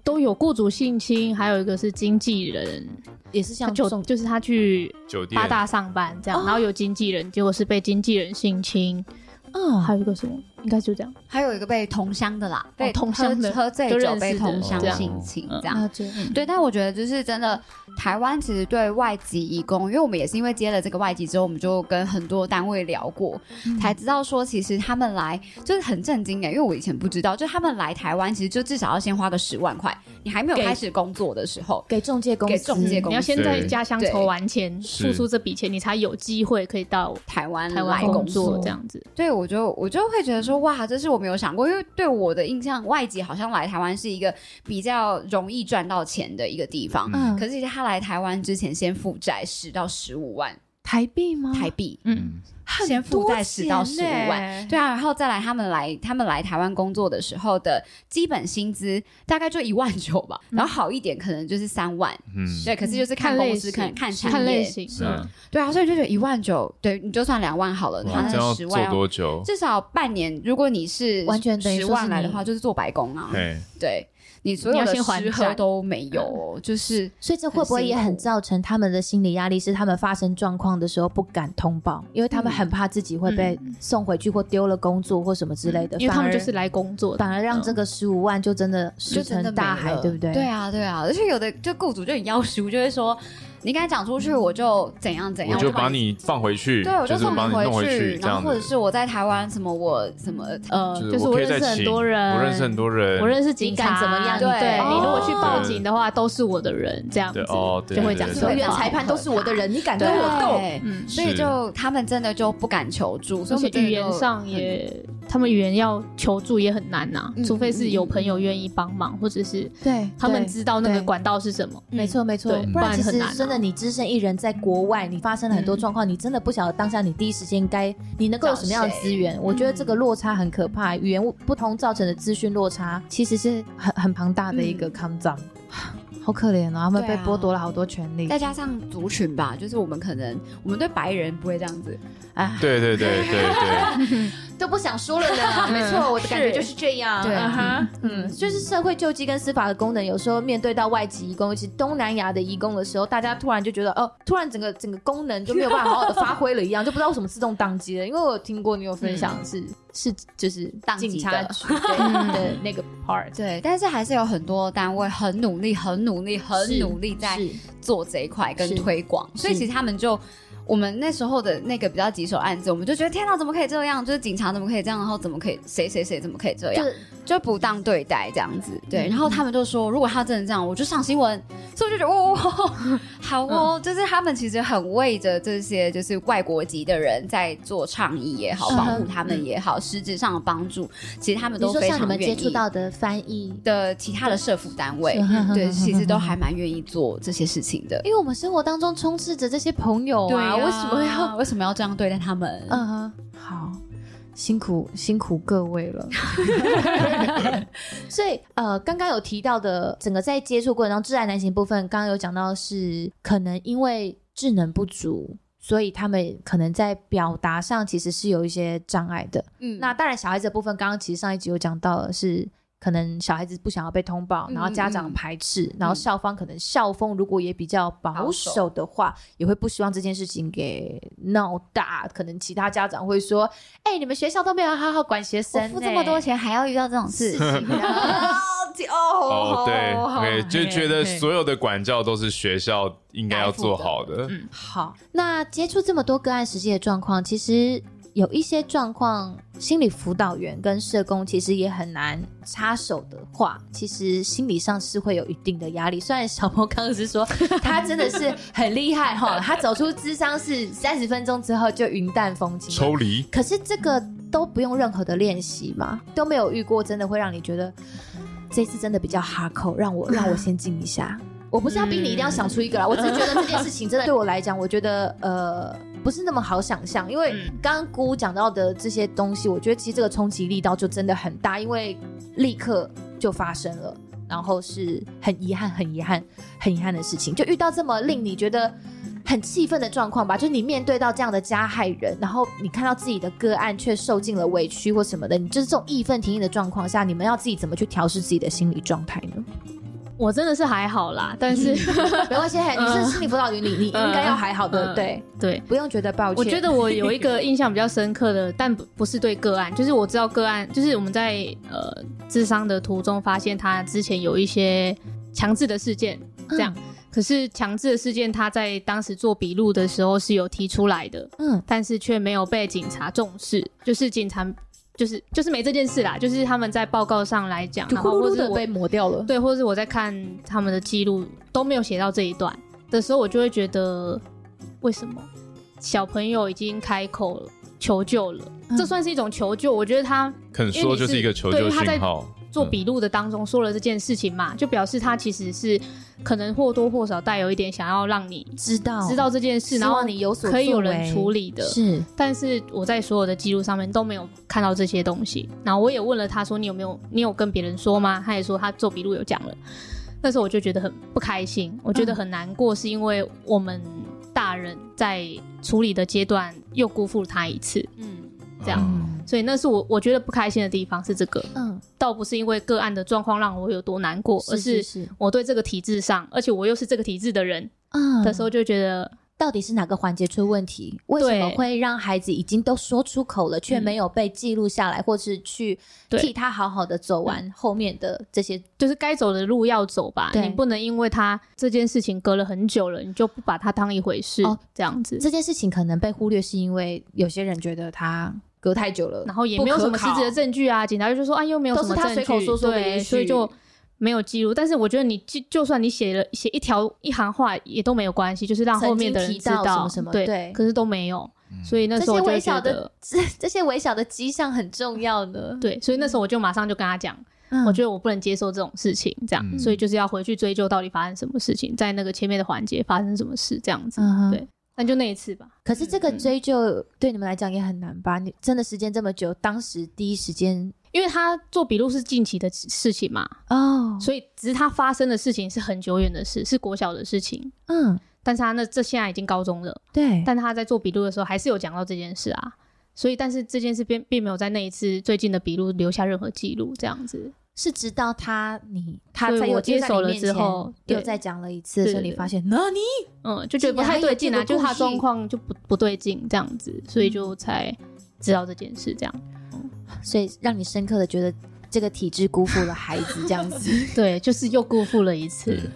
C: 都有雇主性侵，还有一个是经纪人，
E: 也是
C: 他
E: 像
C: 就
E: 送
C: 就是他去
B: 酒店
C: 八大上班这样，然后有经纪人，结果是被经纪人性侵，
E: 啊
C: 还？有一个什么，应该就这样。
D: 还有一个被哦同乡的啦，被
C: 同乡的
D: 喝喝醉
C: 就认
D: 酒
C: 识
D: 被
C: 的
D: 同乡
B: 这样
D: 性侵
C: 嗯
D: 这样
E: 了。解，
D: 对，但我觉得就是真的，台湾其实对外籍移工，因为我们也是因为接了这个外籍之后，我们就跟很多单位聊过，才知道说其实他们来就是很震惊欸的，因为我以前不知道，就他们来台湾其实就至少要先花个十万块，你还没有
C: 给
D: 开始工作的时候，
E: 给中介公司，
D: 给中介
C: 嗯
D: 公
C: 你要先在家乡
D: 对
C: 筹完钱，
B: 是
C: 付出这笔钱，你才有机会可以到
D: 台湾
C: 台湾
D: 来
C: 工
D: 工
C: 作
D: 作
C: 这样子。
D: 对，我就我就会觉得说，哇，这是我没有想过，因为对我的印象，外籍好像来台湾是一个比较容易赚到钱的一个地方。
E: 嗯
D: 可是他来台湾之前，先负债十到十五万
E: 台币吗？
D: 台币，
C: 嗯，
E: 很
D: 先付
E: 多
D: 在10到
E: 钱
D: 15万
E: 欸
D: 对啊，然后再来他们来他们来台湾工作的时候的基本薪资大概就一万九吧，然后好一点可能就是三万，
B: 嗯，
D: 对，可是就是看
C: 看类
D: 公司
C: 型
D: 看看产业，
C: 看类型，
B: 是啊，
D: 对啊，所以就觉得一万九，对你就算两万好了，
B: 哇，
D: 他
B: 这
D: 那
B: 要
D: 十
B: 做
D: 万要
B: 多久？
D: 至少半年，如果你是
E: 完全等于
D: 十
E: 说
D: 万
E: 是
D: 来的
E: 你
D: 话，就是做白工啊，
B: 对，
D: 对你所有
C: 你要
D: 的
C: 先还
D: 吃喝
C: 债
D: 都没有哦，就是
E: 所以这会不会也很造成他们的心理压力？是他们发生状况的时候不敢通报，因为他们
D: 嗯
E: 很怕自己会被送回去或丢了工作或什么之类
D: 嗯
E: 的。
C: 因为他们就是
E: 反
C: 来工作
E: 而
C: 的，
E: 反而让这个十五万就真的石
D: 就真的
E: 沉大
D: 没
E: 海，
D: 了
E: 对不对？
D: 对啊，对啊，而且有的就雇主就很要求，就会说你敢讲出去，我就怎样怎
B: 我
D: 样，
B: 就
D: 把
B: 把。你放回去，
D: 对，我
B: 就是
D: 送
B: 把
D: 你
B: 你弄
D: 回
B: 去，这
D: 然后
B: 样
D: 或者
B: 子。
D: 是我在台湾什么我什么呃，
B: 就
C: 就是是我
B: 可以
C: 认
B: 再
C: 识很
B: 请，
C: 多
B: 我
C: 人
B: 认识很多人，
C: 我认识警
E: 你敢
C: 察
E: 怎么样
C: 对
D: 对
C: 你如果去报
B: 哦
C: 警的话，都是我的人，这样子
B: 对哦对
C: 就会讲
B: 对
C: 这
B: 对
C: 种
B: 对
D: 啊
C: 话。
E: 判都是我的人，你敢
D: 对，
C: 嗯，
D: 所以
B: 是
D: 就他们真的就不敢求助，所
C: 而
D: 以我
C: 且
D: 们真的
C: 语言
D: 就
C: 上
D: 很
C: 也，他们语言要求助也很难呐
D: 嗯，
C: 除非是有朋友愿意帮忙，或者是
E: 对
C: 他们知道那个
E: 对
C: 管道是什么。
E: 没错没错
C: 对，
E: 嗯不
C: 不
E: 然
C: 然
E: 其
C: 很
E: 实
C: 难啊
E: 真的你只身一人在国外，你发生了很多状况，你真的不晓得当下你第一时间该你能够有什么样的资源。我觉得这个落差很可怕，语言不同造成的资讯落差其实是很很庞大的一个抗战， 好可怜哦，他们被
D: 对啊
E: 剥夺了好多权利
D: 再。加上族群吧，就是我们可能我们对白人不会这样子，
E: 哎，
B: 对对对对对，
E: 都不想说了 呢。没错，我的感觉就是这样。嗯
D: 对啊
E: 嗯，就是社会救济跟司法的功能，有时候面对到外籍移工，尤其东南亚的移工的时候，大家突然就觉得，哦，突然整个整个功能就没有办法好好的发挥了一样，就不知道为什么自动宕机了。因为我有听过你有分享是、是就是
D: 宕机的
E: 警察局对的那个 part，
D: 对，但是还是有很多单位很努力、很努力、很
E: 是
D: 努力在
E: 是
D: 做这一块跟
E: 是
D: 推广，所以
E: 是
D: 其实他们就。我们那时候的那个比较棘手案子，我们就觉得天哪，怎么可以这样？就是警察怎么可以这样？然后怎么可以谁谁谁怎么可以这样？
E: 就是
D: 就不当对待这样子。对，
E: 嗯
D: 然后他们就说，如果他真的这样，我就上新闻。所以我就 觉得，哦，好
E: 嗯
D: 哦，就是他们其实很为着这些就是外国籍的人在做倡议也好，
E: 嗯
D: 保
E: 哼
D: 护他们也好，实质上的帮助，其实他们
E: 你
D: 都
E: 说
D: 非
E: 像你
D: 常
E: 们
D: 愿
E: 接
D: 意
E: 触。到的翻译。
D: 的其他的社服单位
E: 是哼，
D: 对，
E: 哼
D: 其实都还蛮愿意做这些事情的。
E: 因为我们生活当中充斥着这些朋友
D: 对
E: 啊，
D: 呀
E: 为什么要
D: 为什么要这样对待他们？
E: 嗯哼，好，辛苦辛苦各位了。 所以呃，刚刚有提到的整个在接触过程当中，挚爱难行部分，刚刚有讲到是可能因为智能不足。所以他们可能在表达上其实是有一些障碍的。
D: 嗯
E: 那当然，小孩子的部分，刚刚其实上一集有讲到的是，可能小孩子不想要被通报，
D: 嗯
E: 然后家
D: 嗯
E: 长
D: 嗯
E: 排斥，然后校方可能校风如果也比较保
D: 保守
E: 守的话，也会不希望这件事情给闹大。可能其他家长会说：“哎、你们学校都没有好好管学生、欸
D: 我付这么多。钱还要遇到这种事情，
B: 哦对，OK，就觉得
C: 对
B: 所有的管教都是学校应该要做好的，
C: 嗯”
E: 好，那接触这么多个案实际的状况，其实有一些状况，心理辅导员跟社工其实也很难插手的话，其实心理上是会有一定的压力。虽然小猫刚刚是说他真的是很厉害哈，他走出智商是三十分钟之后就云淡风
C: 嗯
E: 轻了，
B: 抽离。
E: 可是这个都不用任何的练习嘛，都没有遇过，真的会让你觉得这次真的比较哈扣，让我让我先静一 下。我不是要逼你一定要想出一个啦，我只是觉得这件事情真的嗯 对我来讲，我觉得呃不是那么好想象，因为
C: 嗯
E: 刚刚姑讲到的这些东西，我觉得其实这个冲击力道就真的很大，因为立刻就发生了，然后是很遗憾、很遗憾、很遗憾的事情，就遇到这么令你觉得很气愤的状况吧，就是你面对到这样的加害人，然后你看到自己的个案却受尽了委屈或什么的，你就是这种义愤填膺的状况下，你们要自己怎么去调试自己的心理状态呢？
C: 我真的是还好啦，但是
E: 没关系，嘿你是心理辅导员，你你应该要还好的，
C: 嗯
E: 对，
C: 对，
E: 不用觉得抱歉。
C: 我觉得我有一个印象比较深刻的，但不不是对个案，就是我知道个案，就是我们在呃智商的途中发现他之前有一些强制的事件，这
E: 嗯
C: 样。可是强制的事件，他在当时做笔录的时候是有提出来的，
E: 嗯
C: 但是却没有被警察重视，就是警察就是就是没这件事啦，就是他们在报告上来讲，
E: 就
C: 然
E: 咕
C: 后
E: 噜
C: 或
E: 噜
C: 者
E: 的
C: 我
E: 被抹掉了。
C: 对，或者是我在看他们的记录都没有写到这一段的时候，我就会觉得为什么小朋友已经开口了求救了，
E: 嗯
C: 这算是一种求救？我觉得他
B: 肯
C: 因为
B: 说
C: 你
B: 就是是一个求
C: 对因
B: 救
C: 为他在
B: 信号，
C: 做笔录的当中说了这件事情嘛，就表示他其实是可能或多或少带有一点想要让你
E: 知道
C: 知道这件
E: 哦
C: 事，
E: 希
C: 然后
E: 望你有所
C: 可以有
E: 作
C: 人
E: 为
C: 处理的。
E: 是
C: 但是我在所有的记录上面都没有看到这些东西。然后我也问了他说：“你有没有？你有跟别人说吗？”他也说他做笔录有讲了。那时候我就觉得很不开心，我觉得很难过，是因为我们大人在处理的阶段又辜负他一次，
D: 嗯，
C: 这样
B: 嗯
C: 所以那是我我觉得不开心的地方是这个，
E: 嗯，
C: 倒不是因为个案的状况让我有多难过，
E: 是是
C: 而是
E: 是
C: 我对这个体制上，而且我又是这个体制的人
E: 嗯
C: 的时候，就觉得
E: 到底是哪个环节出问题？为什么会让孩子已经都说出口了，却没有被记录下来，或是去
C: 嗯对嗯
E: 替他好好的走完后面的这些？
C: 就是该走的路要走吧，
E: 对
C: 你不能因为他这件事情隔了很久了，你就不把它当一回事，
E: 哦
C: 这样子，
E: 这件事情可能被忽略，是因为有些人觉得他隔太久了，
C: 然后也没有什么实质的证据啊，警察就说啊又没有什么
E: 都
C: 证
E: 是他
C: 据，
E: 随口说说的也
C: 对，
E: 许
C: 所以就没有记录。但是我觉得你就就算你写了写一条一行话也都没有关系，就是让后面的人知
E: 曾经
C: 道
E: 提到什么什么对
C: 对，可是都没有，所以那时候我
E: 这些
C: 就
E: 微
C: 觉
E: 小
C: 得
E: 的。这这些微小的迹象很重要呢。
C: 对，所以那时候我就马上就跟他讲，
E: 嗯，
C: 我觉得我不能接受这种事情，这样，
B: 嗯
C: 所以就是要回去追究到底发生什么事情，在那个前面的环节发生什么事，这样子。
E: 嗯哼
C: 对那就那一次吧，
E: 可是这个
C: 嗯嗯
E: 追究对你们来讲也很难吧？你真的时间这么久，当时第一时间
C: 因为他做笔录是近期的事情嘛，
E: 哦，
C: 所以只是他发生的事情是很久远的事，是国小的事情。
E: 嗯，
C: 但是他那这现在已经高中了，
E: 对，
C: 但他在做笔录的时候还是有讲到这件事啊，所以但是这件事并并没有在那一次最近的笔录留下任何记录，这样子。
E: 是直到他你他
C: 对
E: 在
C: 我
E: 有
C: 接手了之后对
E: 又再讲了一次的
C: 对
E: 时候，
C: 对
E: 你
C: 对
E: 发现那你
C: 嗯，就觉得不太对劲啊，就是他状况就不不对劲这样子，所以就才知道这件事这样。
E: 所以让你深刻的觉得这个体制辜负了孩子这样子。
C: 对，就是又辜负了一次
B: 对。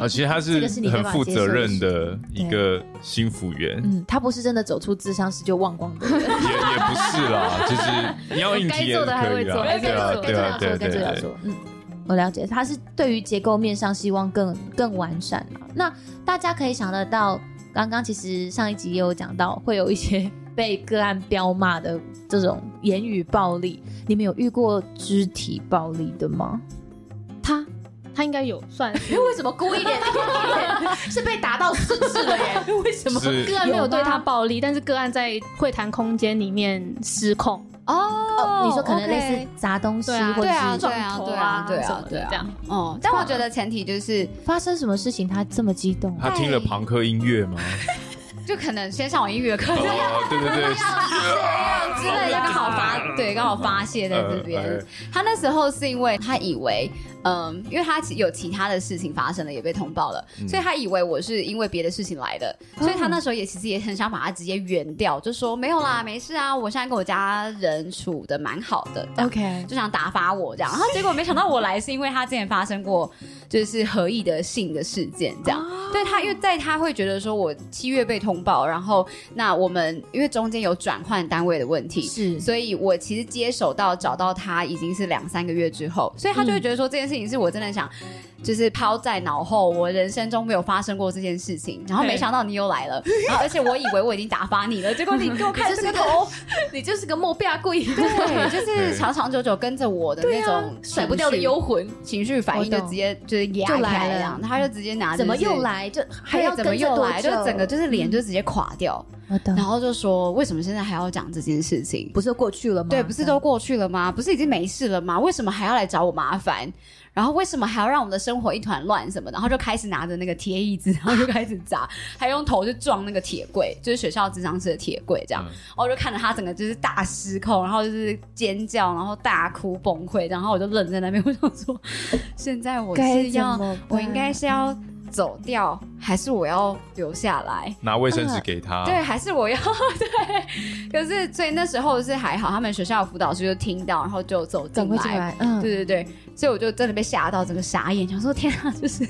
B: 啊，其实他
E: 这个是你没
B: 很
E: 办法
B: 负责任
E: 接受
B: 的一个新服员，
E: 嗯，他不是真的走出智商室就忘光的人。
C: 嗯
B: 也也不是 啦，就是你要硬体也是可以啦，
C: 该
B: 对
C: 做
B: 啊，对啊，对啊，
C: 的
B: 对
E: 跟
B: 啊
E: 这
B: 对啊对
E: 样
B: 啊。
E: 说，嗯。我了解，他是对于结构面上希望更更完善、啊、那大家可以想得到，刚刚其实上一集也有讲到，会有一些 被个案彪骂的这种言语暴力。你们有遇过肢体暴力的吗？
C: 他他应该有算是，
E: 为什么故意脸是被打到顺势的耶？为什么？
B: 是
C: 个案没有对他暴力，但是个案在会谈空间里面失控，
D: 哦
E: 你说可能类似砸东西，
C: 对啊
E: 或
D: 对啊，
E: 者
D: 对
E: 是
D: 啊，
C: 撞头
D: 对啊
C: 啊，
D: 对
C: 什
D: 啊
C: 么，的
D: 对
C: 这
D: 啊
C: 样。
D: 哦，但我觉得前提就是，
E: 发生什么事情他这么激动？
B: 他听了朋克音乐吗？
D: 就可能先上网音乐课，
B: 哦，对对 对，
D: 之类的，刚好发对，刚好发泄在这
B: 呃
D: 边
B: 呃。
D: 他那时候是因为他以为，嗯，因为他其有其他的事情发生了，也被通报了，
B: 嗯
D: 所以他以为我是因为别的事情来的，所以他那时候也其实也很想把他直接圆掉，就说没有啦，没事啊，我现在跟我家人处的蛮好的这样
E: OK，
D: 就想打发我这样，然后结果没想到我来是因为他之前发生过就是合意的性的事件这样，对他因为在他会觉得说我七月被通报，然后那我们因为中间有转换单位的问题，
E: 是
D: 所以我其实接手到找到他已经是两三个月之后，所以他就会觉得说这件事情是我真的想。就是抛在脑后，我人生中没有发生过这件事情，然后没想到你又来了，然后而且我以为我已经打发你了，结果你 给我看这个头，
E: 你就是个莫比亚故意
D: 对，就
B: 对
D: 是长长久久跟着我的那种
E: 啊甩不掉的幽魂，
D: 情绪反应，就直接就是压
E: 就来
D: 开
E: 了
D: 这样，他就直接拿着
E: 怎么
D: 就是
E: 又，来？哎就还
D: 还
E: 要
D: 要怎么
E: 跟着
D: 又
E: 多
D: 来，就
E: 久嗯
D: 整个就是脸就直接垮掉，
E: 我懂
D: 然后就说为什么现在还要讲这件事情？
E: 不是过去了吗？
D: 对，不是
E: 这样
D: 都过去了吗？不是已经没事了吗？为什么还要来找我麻烦？然后为什么还要让我们的生活一团乱什么？然后就开始拿着那个铁椅子，然后就开始砸， 还用头去撞那个铁柜，就是学校职场室的铁柜这
B: 嗯
D: 样。然后我就看着他整个就是大失控，然后就是尖叫，然后大哭崩溃，然后我就愣在那边，我想说，现在我
E: 该
D: 是
E: 哎怎么
D: 要，
E: 办
D: 我应该是要走掉，还是我要留下来？
B: 拿卫生纸给
E: 啊
B: 他，
D: 对，还是我要 对，可是所以那时候是还好，他们学校的辅导师就听到，然后就走
E: 赶
D: 进
E: 快进
D: 来。
E: 来，嗯，
D: 对对对，所以我就真的被吓到，整个傻眼，想说天啊，就是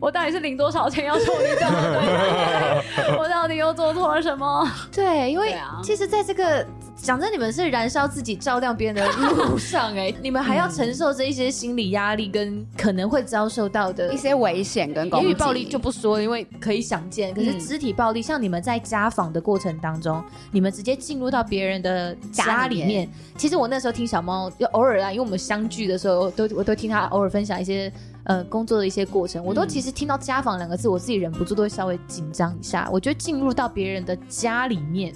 D: 我到底是领多少钱要处理这么多我到底又做错了什么？
E: 对，因为
D: 对啊
E: 其实在这个讲真，你们是燃烧自己照亮别人的路上、哎，你们还要承受着一些心理压力跟可能会遭受到的
D: 一些危险跟攻
E: 言
D: 击
E: 语暴力就不说，因为可以想见。可是
D: 嗯
E: 肢体暴力，像你们在家访的过程当中，你们直接进入到别人的家里
D: 家里
E: 面。其实我那时候听小猫，就偶尔啊，因为我们相聚的时候，都我都听他偶尔分享一些呃工作的一些过程。我都
D: 嗯
E: 其实听到“家访”两个字，我自己忍不住都会稍微紧张一下。我觉得进入到别人的家里面。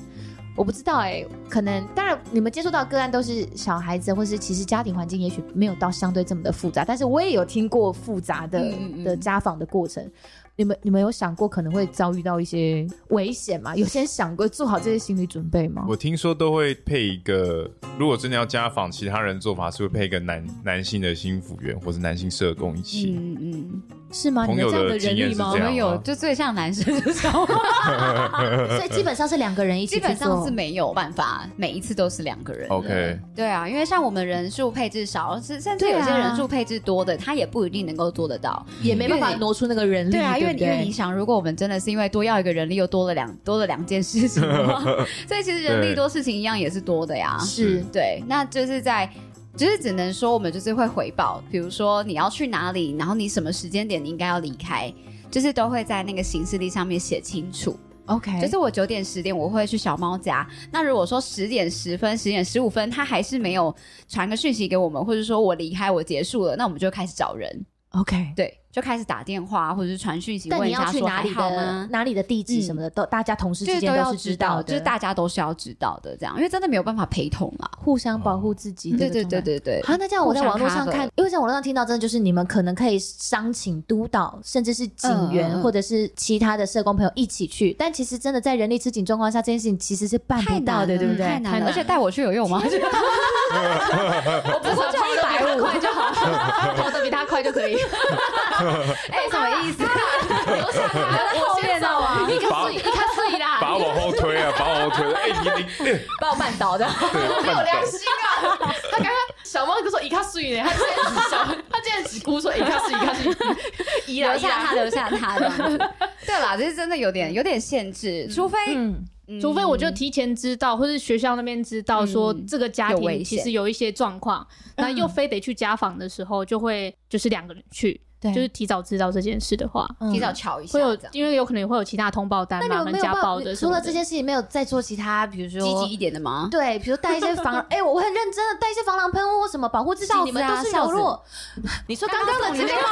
E: 我不知道哎、可能当然你们接触到个案都是小孩子，或是其实家庭环境也许没有到相对这么的复杂，但是我也有听过复杂的
D: 嗯嗯嗯
E: 的家访的过程。你们你们有想过可能会遭遇到一些危险吗？有先想过做好这些心理准备吗？
B: 我听说都会配一个，如果真的要家访，其他人做法是会配一个男男性的新服员或是男性社工一起。
D: 嗯嗯，
E: 是吗？你
B: 朋
E: 们
B: 友
E: 这样
B: 的
E: 人
B: 经验
E: 力
B: 是
E: 吗
B: 这？样
D: 没有，
E: 哦
D: 就最像男生就是这样，
G: 所以基本上是两个人一起
D: 基
G: 去做
D: 本上是没有办法，每一次都是两个
E: 哦
D: 人。
B: OK，
D: 对啊，因为像我们人数配置少，甚甚至
E: 对啊
D: 有些人数配置多的，他也不一定能够做得到。
E: 也没办法
D: 因为
E: 挪出那个人力，
D: 对啊，因为
E: 不
D: 因为你
E: 对
D: 想，如果我们真的是因为多要一个人力，又多了两多了两件事情 的话，所以其实人力
B: 对
D: 多事情一样也是多的呀。
E: 啊
G: 嗯
E: 是
D: 对，那就是在。就是只能说我们就是会回报，比如说你要去哪里，然后你什么时间点你应该要离开，就是都会在那个行事历上面写清楚。
E: OK，
D: 就是我九点十点我会去小猫家，那如果说十点十分、十点十五分他还是没有传个讯息给我们，或者说我离开我结束了，那我们就开始找人，
E: OK。
D: 对，就开始打电话或者是传讯息
G: 但
D: 问
G: 你
D: 一
G: 要
D: 下
G: 去
D: 说
G: 哪
D: 还
G: 里
D: 好
G: 的
D: 吗？
G: 哪里的地址什么的，
E: 嗯
G: 都大家同事
D: 就
G: 之
D: 是
G: 间
D: 要
G: 是知
D: 知
G: 道的，
D: 就是大家都是要知道的，这样，因为真的没有办法陪同啦。
E: 互相保
B: 哦
E: 护自己的
D: 对
E: 这
D: 对
E: 种
D: 对
E: 感觉。
D: 对对，
G: 啊，那这样我在网络上
D: 互相
G: 看
D: cover，
G: 因为在网络上听到，真的就是你们可能可以商请督导，甚至是警员、
D: 嗯嗯嗯
G: 或者是其他的社工朋友一起去，但其实真的在人力吃紧状况下，这件事情其实是办不到的，对不对？
D: 太难 了，而且带我去有用吗？
E: 我不过就一百五，快就好，跑得比他快就可以。
D: 哎，什么意思？
E: 留下他在后面的吗？一
B: 把
E: 个是一个是 啦，
B: 把我往后推啊，把我往后推！哎、你 你、
E: 把我绊倒的，
B: 对
E: 我没有良心啊！他刚刚小猫就说一卡碎呢，他竟然只小，他竟然只估说一卡碎一卡碎，一啦
D: 留
E: 一
D: 下他，
E: 啦。
D: 留下他这样子。对啦，就是真的有点有点限制， 除非
E: 嗯，
D: 嗯
C: 除非我就提前知道，或是学校那边知道说
D: 嗯
C: 这个家
D: 有危
C: 庭
D: 险
C: 其实有一些状况，那又非得去家访的时候，就会就是两个人去，
E: 对
C: 就是提早知道这件事的话，
G: 嗯
D: 提早瞧一下，
C: 会有
D: 这样
C: 因为有可能会有其他通报单
G: 那
C: 嘛，
G: 你们
C: 跟
G: 没有
C: 家
G: 办
C: 暴
G: 法，
C: 的，
G: 除了这件，事情，没有再做其他，比如
D: 积
G: 说
D: 极一。点的吗？
G: 对，比如带一些 防，哎、我我很认真的带一些防狼喷雾或什么保护自己，
D: 哨子啊
G: 你们都是
D: 哨
G: 有
D: 子
G: 弱。你说刚刚的这个 吗？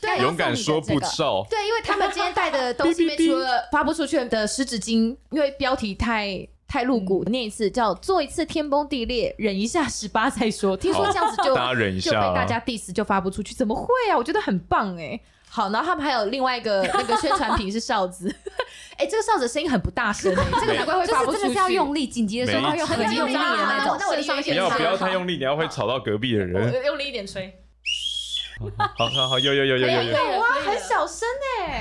D: 对
B: 勇敢说不
D: 这个
B: 少，
E: 对，因为他们今天带 的东西里面，除了发不出去的湿纸巾，因为标题太太露骨，念一次叫“做一次天崩地裂，忍一下十八再说”。听说这样子就
B: 大家忍一
E: 就被
B: 下啊
E: 大家 diss 就发不出去，怎么会啊？我觉得很棒哎、好，然后他们还有另外一个那个宣传品是哨子， 哎、这个哨子声音很不大声哎、这个难怪会发
D: 就是
E: 不出
D: 真的
E: 去。
D: 是要用力，紧急的时候
B: 没
D: 要用很
E: 很
D: 用力的
B: 啊
D: 那种
G: 那。我上
B: 不要不要太用力，你要会吵到隔壁的
E: 我
B: 人。
E: 用力一点吹，
B: 好好好，有有有有有有。
E: 有啊，很小声哎、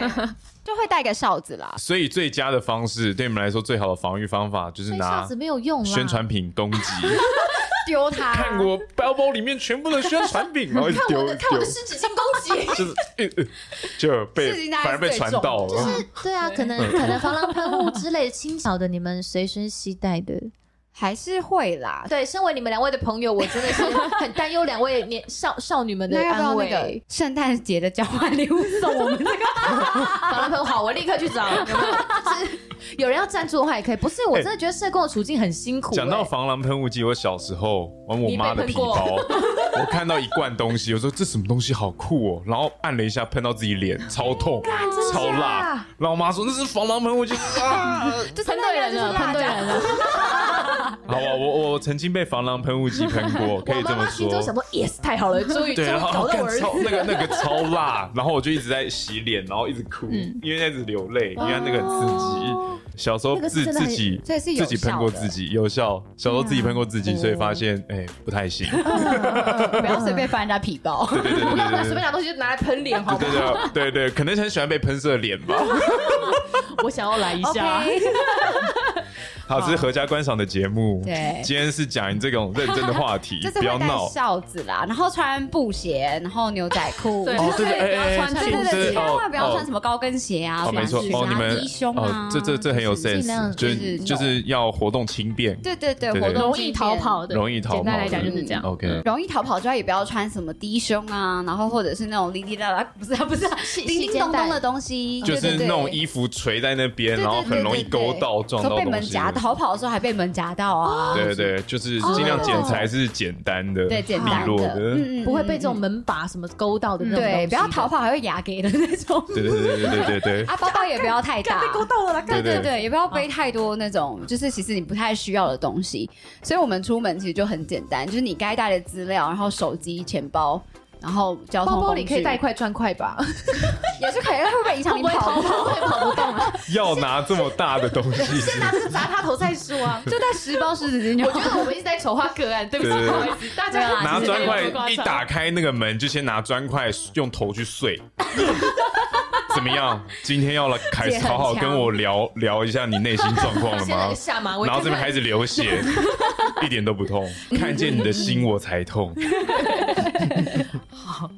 D: 就会带个哨子啦。
B: 所以最佳的方式，对你们来说最好的防御方法就是
G: 所
E: 哎
G: 以
B: 拿
G: 哨子没有用啦。
B: 宣传品攻 击。
D: 丢它。
B: 看我包包里面全部的宣传 品，然后一
E: 看我
B: 丢
E: 的
B: 一
E: 看我
B: 丢
E: 的，湿纸巾攻击。
B: 就是呃呃就
D: 自己
B: 被
D: 拿来
B: 反而被
D: 最
B: 传
D: 重
B: 到
D: 就
B: 了。
G: 对啊， 可能可能防狼喷雾之类的轻巧的，你们随身携带的。
D: 还是会啦。
E: 对，身为你们两位的朋友，我真的 是很担忧两位年少少女们的
D: 那要不
E: 安
D: 要
E: 危。
D: 那个圣诞节的交换 礼物送我们这个？
E: 好了，朋友好，我立刻去找。有没 有？就是有人要赞助的话也可以。不是，我真的觉得社工的处境很辛
B: 哎
E: 苦、欸。
B: 讲到防狼喷雾剂，我小时候玩我
E: 你被
B: 妈的
E: 喷
B: 皮
E: 过
B: 包， 我看到一罐东西，我说这什么东西好酷哦，然后按了一下，喷到自己脸，超痛，超辣。然后我妈说那是防狼喷雾剂啊。
C: 喷对人了，喷对人了，
B: 好，我我我曾经被防狼喷雾剂喷 过，可
E: 我
B: 以这
E: 妈
B: 么
E: 妈心
B: 说。
E: 中想说，yes，太好了，终于 终
B: 对，
E: 于
B: 然后
E: 找到我
B: 干
E: 儿子
B: 超。那个那个超辣，然后我就一直在洗脸，然后一直哭，
E: 嗯
B: 因为一直流泪，因为那个很刺激。小时候
E: 哦那个是
B: 自
E: 真的很
B: 自己
D: 所以是有
B: 自己喷过
D: 效的
B: 自己，有效。小
E: 啊
B: 时候自己喷过自己，所以发现哎不太 行。对
D: 不要随便翻人家皮包。
B: 对对对
E: 不要拿
B: 对
E: 随便
B: 对。
E: 拿东西就拿来喷脸，好
B: 对
E: 吗？
B: 对对对，可 能很喜欢被喷射脸吧。
E: 我想要来一
D: OK，
B: 好，这是合家观赏的节目。
D: 对
B: 今天是讲这种认真的话 题
D: 就是，
B: 不要
D: 会戴
B: 闹。
D: 哨子啦，然后穿布鞋，然后牛仔裤，
C: 对
D: 对
B: 哦，对对，
C: 不要
B: 哎哎，
C: 穿
B: 哎
D: 对
C: 裙
D: 对
B: 这
D: 对，
B: 是
D: 千
B: 哦
D: 万不要穿什么高跟鞋啊，
B: 哦，没错
D: 短裙啊
B: 哦，你们
D: 低胸啊
B: 哦，，这这这很有
D: 就是
B: sense，
E: 量
B: 就是
D: 就是
B: 就是要活动轻便，
D: 对对
B: 对
D: 对，
B: 对
D: 活
B: 对
D: 动
C: 容易逃跑的，
B: 容易逃跑的哦
C: 简单来讲就是这样。
B: OK
C: 嗯
D: 容易逃跑之外，也不要穿什么低胸啊，然后或者是那种哩哩啦啦，不是啊，不是啊，
E: 细
D: 叮叮咚
E: 细肩带
D: 咚的东西，
B: 就是
D: 对对
B: 那种
D: 对
B: 衣服垂在那边，
D: 对对
B: 然后很容易
D: 对对对
B: 勾到撞到
D: 说被门
B: 东西。
D: 夹，逃跑的时候还被门夹到啊，
B: 对对对，就是尽量剪裁是简单的、
D: 对，简单
B: 利落
D: 的，
B: 的。
D: 嗯嗯，
A: 不会被这种
D: 嗯。
A: 门把什么勾到
E: 嗯
A: 的那种东西
D: 对，
A: 的
D: 不要逃跑还会牙给的那种。
B: 对对对对对对对。
D: 啊，包包也不要太大，
A: 到了啦，
D: 对
B: 对啊
D: 对对，也不要背太多那种，就是其实你不太需要的东西。所以我们出门其实就很简单，就是你该带的资料，然后手机、钱包，然后交通
A: 包包
D: 工
A: 里
D: 具，
A: 可以带块砖块吧？
D: 也是可以，会不会影响你跑步？
A: 跑不动啊，
B: 要拿这么大的东西，
A: 是砸他头再说啊。
D: 就带十包湿纸巾就
A: 我
D: 好
A: 觉得我们一直在丑化个案，对不起，
B: 对
A: 不好意思，大
D: 对
A: 家
D: 啊
B: 拿砖
A: 有多
B: 块
A: 夸
B: 一
A: 张
B: 打开那个门，就先拿砖块用头去碎。 怎么样？今天要来开始
D: 姐很
B: 好好
D: 强
B: 跟我聊聊一下你内心状况了
A: 现在
B: 吗？
A: 下马威，
B: 然后这边开始流血，一点都不痛，看见你的心我才痛。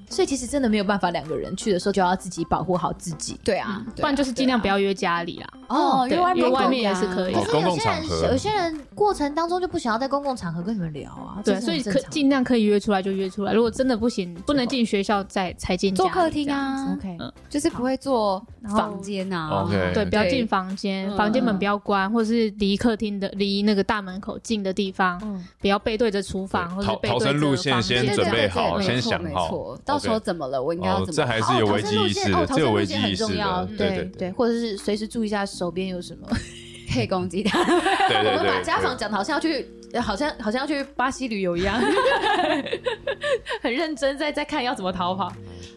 A: 所以其实真的没有办法，两个人去的时候就要自己保护好自己。
D: 对啊，
C: 不
D: 对啊
C: 然就是尽量不要约家里啦，
D: 哦，
C: 对
D: 约外
C: 约
D: 面
C: 外面也是可以
E: 可
B: 哦
E: 是
B: 公
E: 有
B: 共
E: 些
B: 场合
E: 人，有些人过程当中就不想要在公共场合跟你们聊啊，
C: 对，
E: 这是
C: 所
E: 很
C: 以
E: 正
C: 可
E: 常的
C: 尽量可以约出来就约出来。如果真的不行，不能进学校再才进
D: 做
C: 家里
D: 客厅
C: 这样，
D: 啊
A: OK，
C: 嗯
D: 就是不会做房间啊。
B: 哦 OK，
C: 哦对，不要进房间，
A: 嗯
C: 房间门不要关，或者是离客厅的离那个大门口近的地方，
A: 嗯，
C: 不要背对着厨房或者
B: 逃
C: 背
B: 逃
C: 对
B: 生
C: 着
B: 路线
C: 房
B: 先
C: 间
D: 对
B: 准备好，
D: 对对对
B: 先
D: 没错
B: 想
D: 没
B: 好
D: 错。到时候
B: OK
D: 怎么了，我应该要
B: 哦，
D: 怎么？
B: 这还是
E: 哦
B: 有
E: 逃
B: 危
E: 生
B: 机
E: 路
B: 意识
E: 线哦
B: 的，
E: 逃
B: 这有
E: 生
B: 危
E: 路
B: 机
E: 线
B: 意
E: 很
B: 识
E: 重要
B: 的，，对
A: 对
B: 对
A: 或者是随时注意一下手边有什么。
D: 可以攻击他。
B: 对
A: 我
B: 对
A: 们把
B: 对。
A: 家
B: 对
A: 访讲的好像要去，呃好像好像要去巴西旅游一样，很认真在在看要怎么逃跑。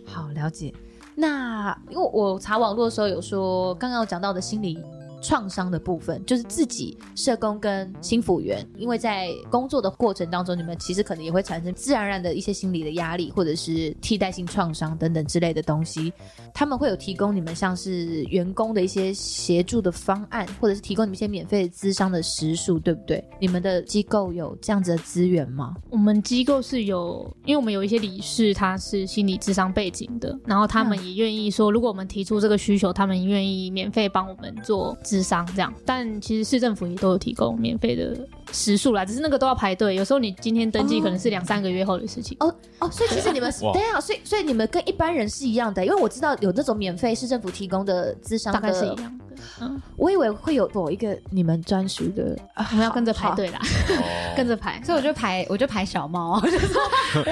A: 好，了解。那因为我查网络的时候有说，刚刚有讲到的心理创伤的部分，就是自己社工跟心辅员，因为在工作的过程当中，你们其实可能也会产生自然而然的一些心理的压力，或者是替代性创伤等等之类的东西。他们会有提供你们像是员工的一些协助的方案，或者是提供你们一些免费的咨商的时数，对不对？你们的机构有这样子的资源吗？
C: 我们机构是有，因为我们有一些理事他是心理智商背景的，然后他们也愿意说，如果我们提出这个需求，他们愿意免费帮我们做智商这样。但其实市政府也都有提供免费的时数啦，只是那个都要排队，有时候你今天登记
A: 哦
C: 可能是两三个月后的事情。
A: 哦哦，所以其实你们
B: 哇
A: 等一下，所以所以你们跟一般人是一样的，因为我知道有那种免费市政府提供的咨商
C: 大概是一
E: 哦
A: 的，
C: 样的，嗯，
A: 我以为会有某一个你们专属的，
C: 我们要跟着排队啦，
B: 哦
C: 跟着排。
D: 所以我就排，我就排小猫， 就说我想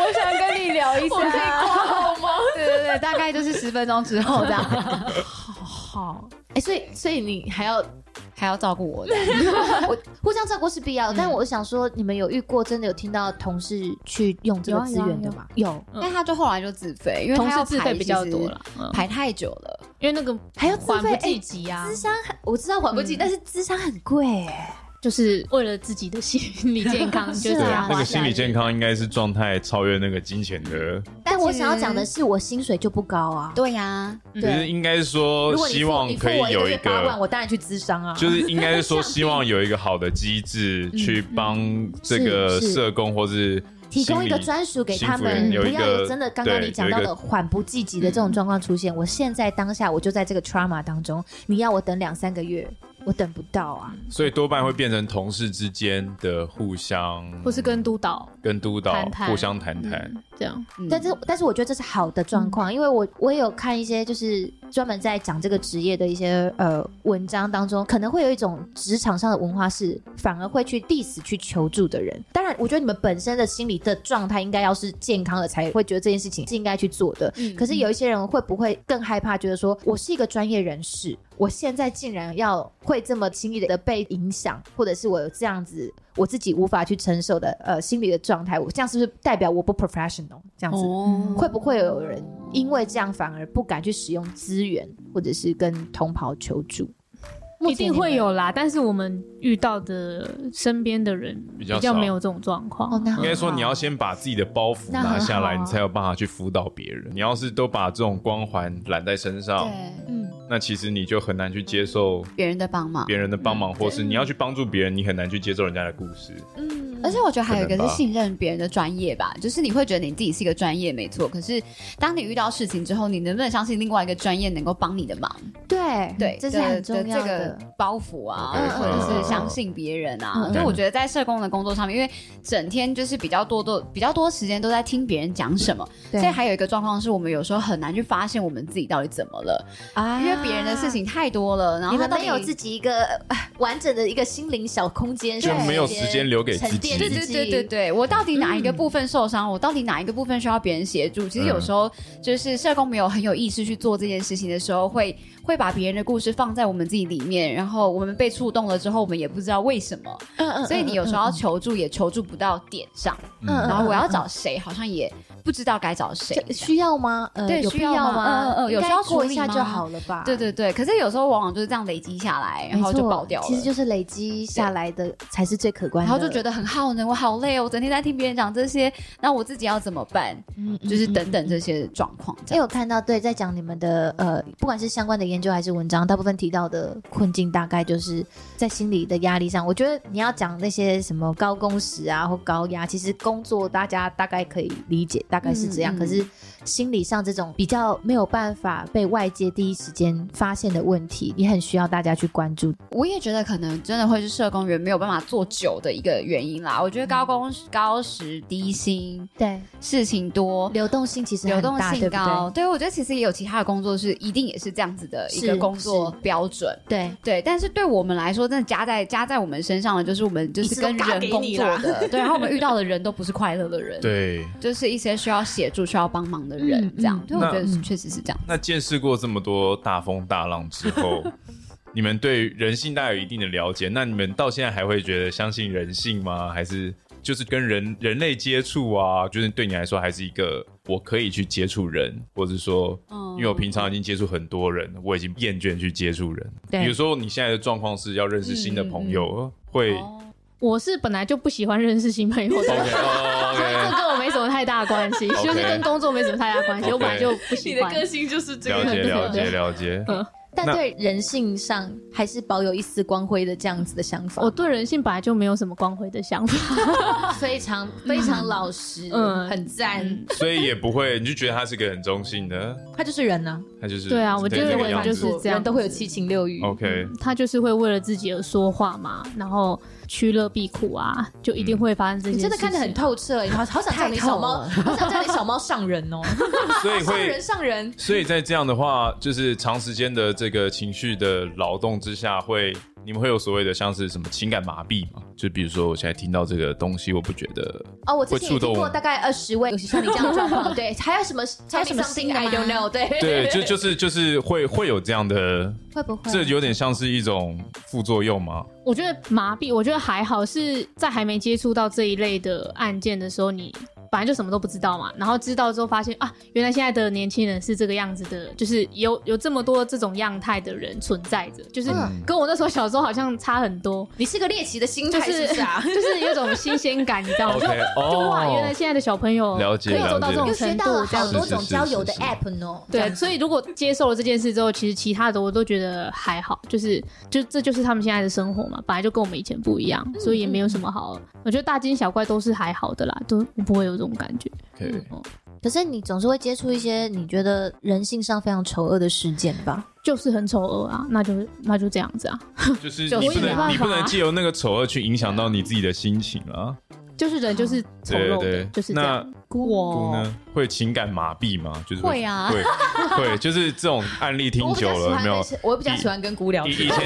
D: 跟你聊一下，我可以挂好吗？ 对对对，大概就是十分钟之后这样，
A: 好，哎、所以所以你还要
D: 还要照 顾我的。
E: 我互相照顾是必要的，但我想说，你们有遇过真的有听到同事去用这个资源的吗？有，
C: 嗯
D: 但他就后来就自费，因为
C: 同
D: 他
C: 事
D: 要
C: 自
D: 排
C: 费比较
D: 其实
C: 多啦，嗯，
D: 排太久了。
C: 因为那个
E: 还要自
C: 还
E: 费
C: 不济急啊，
E: 商很我知道还不起，但是智商很贵欸，
C: 就是为了自己的心理健康，就是这
B: 对
E: 啊
C: 样
B: 那个心理健康应该是状态超越那个金钱的，
E: 但
D: 其
E: 我想要讲的
D: 实
E: 是，我薪水就不高啊。
D: 对呀、
B: 其
A: 对
B: 实应该是说
A: 如果你付
B: 希望
A: 你付
B: 可以
A: 我
B: 有
A: 个
B: 一
A: 月八万，
B: 个，
A: 我当然去咨
E: 哦
A: 商啊，
B: 就是应该是 说希望有一个好的机制去帮这个
E: 嗯是是
B: 社工或是
E: 提供一个
B: 心理
E: 专属给他
B: 幸
E: 们，
B: 福人有
E: 不
B: 一个
E: 要有真的刚刚你讲到
B: 对有
E: 的缓不济急的这种状况出现。我现在当下我就在这个 trauma 当中，你要我等两三个月，我等不到啊。
B: 所以多半会变成同事之间的互相，
C: 或是跟督导
B: 跟督导
C: 谈谈
B: 互相谈谈。
C: 这样。
D: 嗯
E: 但是，但是我觉得这是好的状况，因为我我也有看一些就是专门在讲这个职业的一些呃文章当中，可能会有一种职场上的文化是反而会去 diss 去求助的人。当然，我觉得你们本身的心理的状态应该要是健康的，才会觉得这件事情是应该去做的。可是有一些人会不会更害怕，觉得说我是一个专业人士，我现在竟然要会这么轻易的被影响，或者是我有这样子我自己无法去承受的呃心理的状态，我这样是不是代表我不 professional 这样子？
D: 哦
E: 会不会有人因为这样反而不敢去使用资源，或者是跟同袍求助？
C: 一定会有啦，但是我们遇到的身边的人
B: 比较少
C: 没有这种状况。
E: 哦那
B: 应该说，你要先把自己的包袱
E: 那很
B: 拿下来，
E: 好啊
B: 你才有办法去辅导别人。你要是都把这种光环揽在身上，
D: 对，
E: 嗯，
B: 那其实你就很难去接受
D: 别人的帮忙。
B: 别人的
E: 嗯
B: 帮忙，或是你要去帮助别人，你很难去接受人家的故事。
A: 嗯，
D: 而且我觉得还有一个
B: 可能
D: 是
B: 吧
D: 信任别人的专业吧，就是你会觉得你自己是一个专业没错，可是当你遇到事情之后，你能不能相信另外一个专业能够帮你的忙？
E: 对
D: 对，
E: 这是
D: 的
E: 很重要
D: 这
E: 的
D: 个。包袱啊，
B: 嗯
D: 或者是相信别人啊
E: 嗯。
D: 就我觉得在社工的工作上面，因为整天就是比较多多比较多时间都在听别人讲什么，
E: 对
D: 所以还有一个状况是我们有时候很难去发现我们自己到底怎么了，
E: 啊
D: 因为别人的事情太多了，然后
E: 你
D: 他
E: 们
D: 到
E: 没有
D: 底
E: 自己一个呃完整的一个心灵小空间，
B: 就
E: 让
B: 没有
E: 自己
B: 时间留给自
E: 沉淀
B: 己
D: 对
E: 自
D: 对
E: 己。
D: 对对对，我到底哪一个部分受伤？我到底哪一个部分需要别人协助？
B: 嗯
D: 其实有时候就是社工没有很有意识去做这件事情的时候，会会把别人的故事放在我们自己里面，然后我们被触动了之后，我们也不知道为什么，
E: 嗯嗯
D: 所以你有时候要求助也求助不到点上，
B: 嗯
E: 嗯
D: 然后我要找谁，好像也不知道该找谁。
E: 这需要吗？呃，
D: 对
E: 有必
D: 需要吗
E: 吗？
D: 嗯嗯嗯
E: 应
D: 有
E: 该
D: 需要
E: 过
D: 处
E: 一
D: 理
E: 下
D: 吗
E: 就好了吧？
D: 对对对，可是有时候往往就是这样累积下来，然后
E: 没
D: 就
E: 错
D: 爆掉了。
E: 其实就是累积下来的才是最可观的。
D: 然后就觉得很耗能，我好累哦，我整天在听别人讲这些，那我自己要怎么办？
E: 嗯，嗯
D: 就是等等这些状况。这
E: 因为
D: 样
E: 我看到对，在讲你们的呃，不管是相关的研究还是文章，大部分提到的困境大概就是在心理的压力上。我觉得你要讲那些什么高工时啊或高压，其实工作大家大概可以理解，大概是这样。
D: 嗯嗯
E: 可是心理上这种比较没有办法被外界第一时间发现的问题，也很需要大家去关注。
D: 我也觉得可能真的会是社工员没有办法做久的一个原因啦。我觉得高工、高时低薪，
E: 对，
D: 事情多。
E: 流动性其实
D: 流
E: 很
D: 动
E: 大，
D: 性
E: 对不
D: 高，
E: 对？
D: 对我觉得其实也有其他的工作是一定也是这样子的一个
E: 是
D: 工作标准，
E: 对，
D: 对。但是对我们来说，真的加在加在我们身上的就是我们就
E: 一
D: 是
E: 次都
D: 跟
E: 嘎给
D: 人工
E: 你
D: 作
E: 啦
D: 的，对。然后我们遇到的人都不是快乐的人，，
B: 对，
D: 就是一些需要协助、需要帮忙的人
E: 嗯，
D: 这样
E: 嗯。
D: 对，我觉得
E: 那
D: 确实是这样。
B: 那见识过这么多大风大浪之后，你们对人性大概有一定的了解，那你们到现在还会觉得相信人性吗？还是就是跟人人类接触啊，就是对你来说还是一个我可以去接触人，或者说，
C: 嗯
B: 因为我平常已经接触很多人，我已经厌倦去接触人。
A: 对
B: 比如说你现在的状况是要认识新的
C: 嗯
B: 朋友，会。
D: 哦
C: 我是本来就不喜欢认识新朋友
B: OK
C: 的，
B: 哦
C: 所以这
B: OK，
C: 跟我没什么太大关 系，
B: OK
C: 就是跟工作没什么太大关系。
B: OK
C: 我本来就不喜欢。
A: 性就是这
B: 了解了解了解。
E: 但
B: 那
E: 对人性上还是保有一丝光辉的这样子的想法。
C: 我对人性本来就没有什么光辉的想法，
E: 非常非常老实，
C: 嗯
E: 很赞，
B: 所以也不会，你就觉得他是个很中性的，
E: 他就是人呢、
B: 他就是
C: 对啊我
B: 这
C: 觉得
B: 这个
C: 我
B: 样
C: 就是
B: 子
C: 这样
E: 人都会有七情六欲。
B: OK，
C: 他就是会为了自己而说话嘛，然后趋乐避苦啊，就一定会发生这些
E: 你
C: 事
E: 真
C: 情。
E: 的看得很透彻、欸，好好想叫你小猫，好想叫你小猫上人哦，
B: 所以
E: 上人
B: 会，
E: 上人。
B: 所以在这样的话，就是长时间的这个情绪的劳动之下，会你们会有所谓的像是什么情感麻痹嘛？就比如说我现在听到这个东西，我不觉得
E: 哦，我之
B: 会
E: 前
B: 触
E: 也
B: 动
E: 听过
B: 我
E: 大概二十位，有像你这样 的状况，对，还有什么还有什么
D: 新的
E: I don't
D: 吗
E: know，对
B: 对，就就是就是会会有这样的，
E: 会不会
B: 这有点像是一种副作用吗？
C: 我觉得麻痹，我觉得还好，是在还没接触到这一类的案件的时候，你本来就什么都不知道嘛，然后知道之后发现啊，原来现在的年轻人是这个样子的，就是有 有这么多这种样态的人存在着，就是
B: 嗯
C: 跟我那时候小时候好像差很多，
E: 你是个猎奇的心
C: 就
E: 态是不是啊？
C: 就是有种新鲜感，你知道吗？就
B: OK，
C: 就哇，
B: 哦
C: 原来现在的小朋友
B: 了解
C: 可以做到这
B: 了
C: 种
E: 又学
C: 程
E: 到
C: 度，
E: 了
C: 这样
E: 好
C: 子。
E: 多种交友的
B: 是是是
E: app 呢，
C: 对，所以如果接受了这件事之后，其实其他的我都觉得还好，就是就这就是他们现在的生活嘛，本来就跟我们以前不一样，
B: 嗯
C: 所以也没有什么好。我觉得大惊小怪都是还好的啦，都不会有这种感觉。嗯
B: OK，
E: 可是你总是会接触一些你觉得人性上非常丑恶的事件吧？
C: 就是很丑恶啊，那就那就这样子啊，
B: 就是
C: 就
B: 你不
C: 我也没
B: 能
C: 办
B: 你不
C: 法
B: 能借由那个丑恶去影响到你自己的心情啊。
C: 就是人就是丑陋
B: 对
C: 的，
B: 对
C: 就是这样。
B: 姑
C: 我
B: 呢会情感麻痹吗？就是
D: 哦会啊
B: 会会，就是这种案例听
A: 我比
B: 久
A: 较喜
B: 了有
A: 欢
B: 没有
A: 那？些，我比较喜欢跟姑聊
B: 以
A: 天。
B: 以前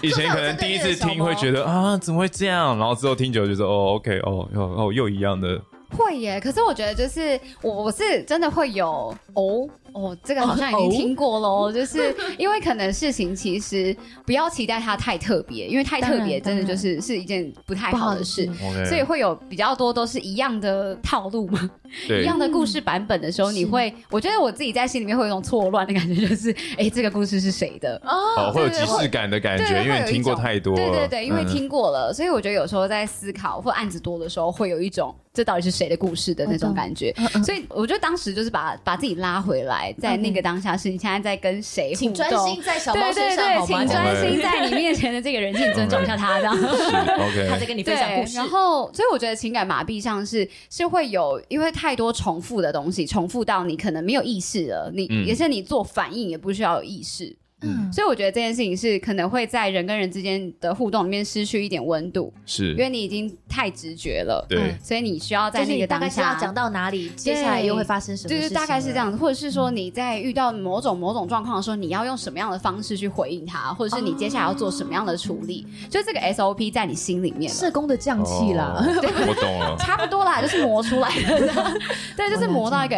B: 就以前可 能第一次听会觉得啊怎么会这样，然后之后听久了就说哦 OK 哦哦哦又一样的，
D: 会耶，可是我觉得就是我我是真的会有哦哦，这个好像已经听过
E: 哦
D: 喽，就是因为可能事情其实不要期待它太特别，因为太特别
E: 当
D: 真
E: 然
D: 的就是是一件不太好的事
E: 不好。
B: OK，
D: 所以会有比较多都是一样的套路嘛，一
B: 对
D: 样的故事版本的时候，你会，我觉得我自己在心里面会有一种错乱的感觉， 就是，哎，这个故事是谁的？
B: 哦会有
D: 对
B: 即
D: 对
B: 视感的感觉，
D: 对
B: 因为你听过
D: 会有一种
B: 太多了，
D: 对对对，因为
B: 嗯
D: 听过了，所以我觉得有时候在思考或案子多的时候，嗯会有一种这到底是谁的故事的那种感觉。所以我觉得当时就是把把自己拉回来，在在那个当下是你现在在 跟谁互
A: 请专
D: 动
A: 心在小猫
D: 对
A: 身
D: 对
A: 上
D: 对，
A: 好吗？
D: 请
A: 这样
D: 专心在你面前的这个人，请尊重一下他这样。
B: 是 OK，
A: 他在跟你分享故
D: 对，
A: 事
D: 然，后所以我觉得情感麻痹上是是会有，因为太多重复的东西，重复到你可能没有意识了，你、
B: 嗯
D: 也是你做反应也不需要有意识，
B: 嗯
D: 所以我觉得这件事情是可能会在人跟人之间的互动里面失去一点温度，因
B: 是，
D: 为你已经太直觉了，
B: 对
A: 嗯，
D: 所以你需要在
E: 就是
D: 那
E: 你
D: 个
E: 大
D: 当
E: 概知道
D: 下
E: 讲到哪里，接下来又会发生什么
D: 就
E: 事情
D: 是
E: 了？嗯
D: 大概是这样子，或者是说你在遇到某种某种状况的时候，你要用什么样的方式去回应他，或者是你接下来要做什么样的处理，就这个 SOP 在你心里面了
A: 社工的瘴气啦。
B: 哦我懂了。
D: 差不多啦，就是磨出来 的，对，就是磨到一个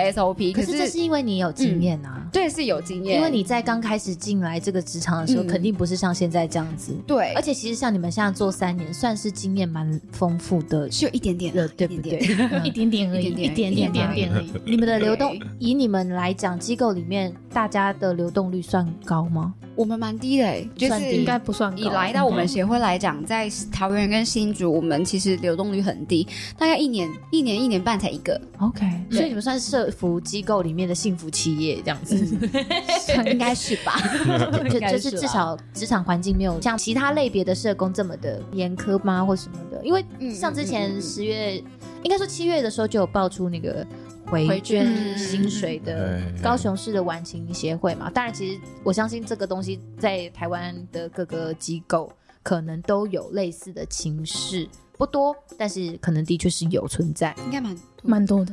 D: SOP。
E: 可
D: 哦可
E: 是这是因为你有经验啊，
D: 对是有经验，
E: 因为你在刚开始进来这个职场的时候，
D: 嗯
E: 肯定不是像现在这样子。
D: 对，
E: 而且其实像你们现在做三年，算是经验蛮丰富的
D: 是有一点点
E: 了，
D: 的，
E: 对不对
D: 一点？点？
C: 一点点而已，
D: 一
C: 一点
D: 点
E: 点
C: 点点点而已。
E: 你们的流动
D: 对，
E: 以你们来讲，机构里面大家的流动率算高吗？
D: 我们蛮低的欸，就
E: 算
D: 是
E: 低
C: 应该不算高。
D: 以来到我们协会来讲，在桃园跟新竹，我们其实流动率很低，大概一年、一年、一年半才一个，
E: OK，
D: 对
E: 所以你们算社服机构里面的幸福企业这样子，
D: 应该是吧？
E: 就
A: 应该
E: 就是是
A: 啊
E: 至少职场环境没有像其他类别的社工这么的严苛吗，或什么的？因为
D: 嗯
E: 像之
D: 嗯嗯嗯
E: 前十月，应该说七月的时候就有爆出那个回
D: 回捐
E: 捐薪水的
B: 嗯
E: 高雄市的晚晴协会嘛。当然，其实我相信这个东西在台湾的各个机构可能都有类似的情势。不多，但是可能的确是有存在，
D: 应该蛮
C: 嗯蛮多的，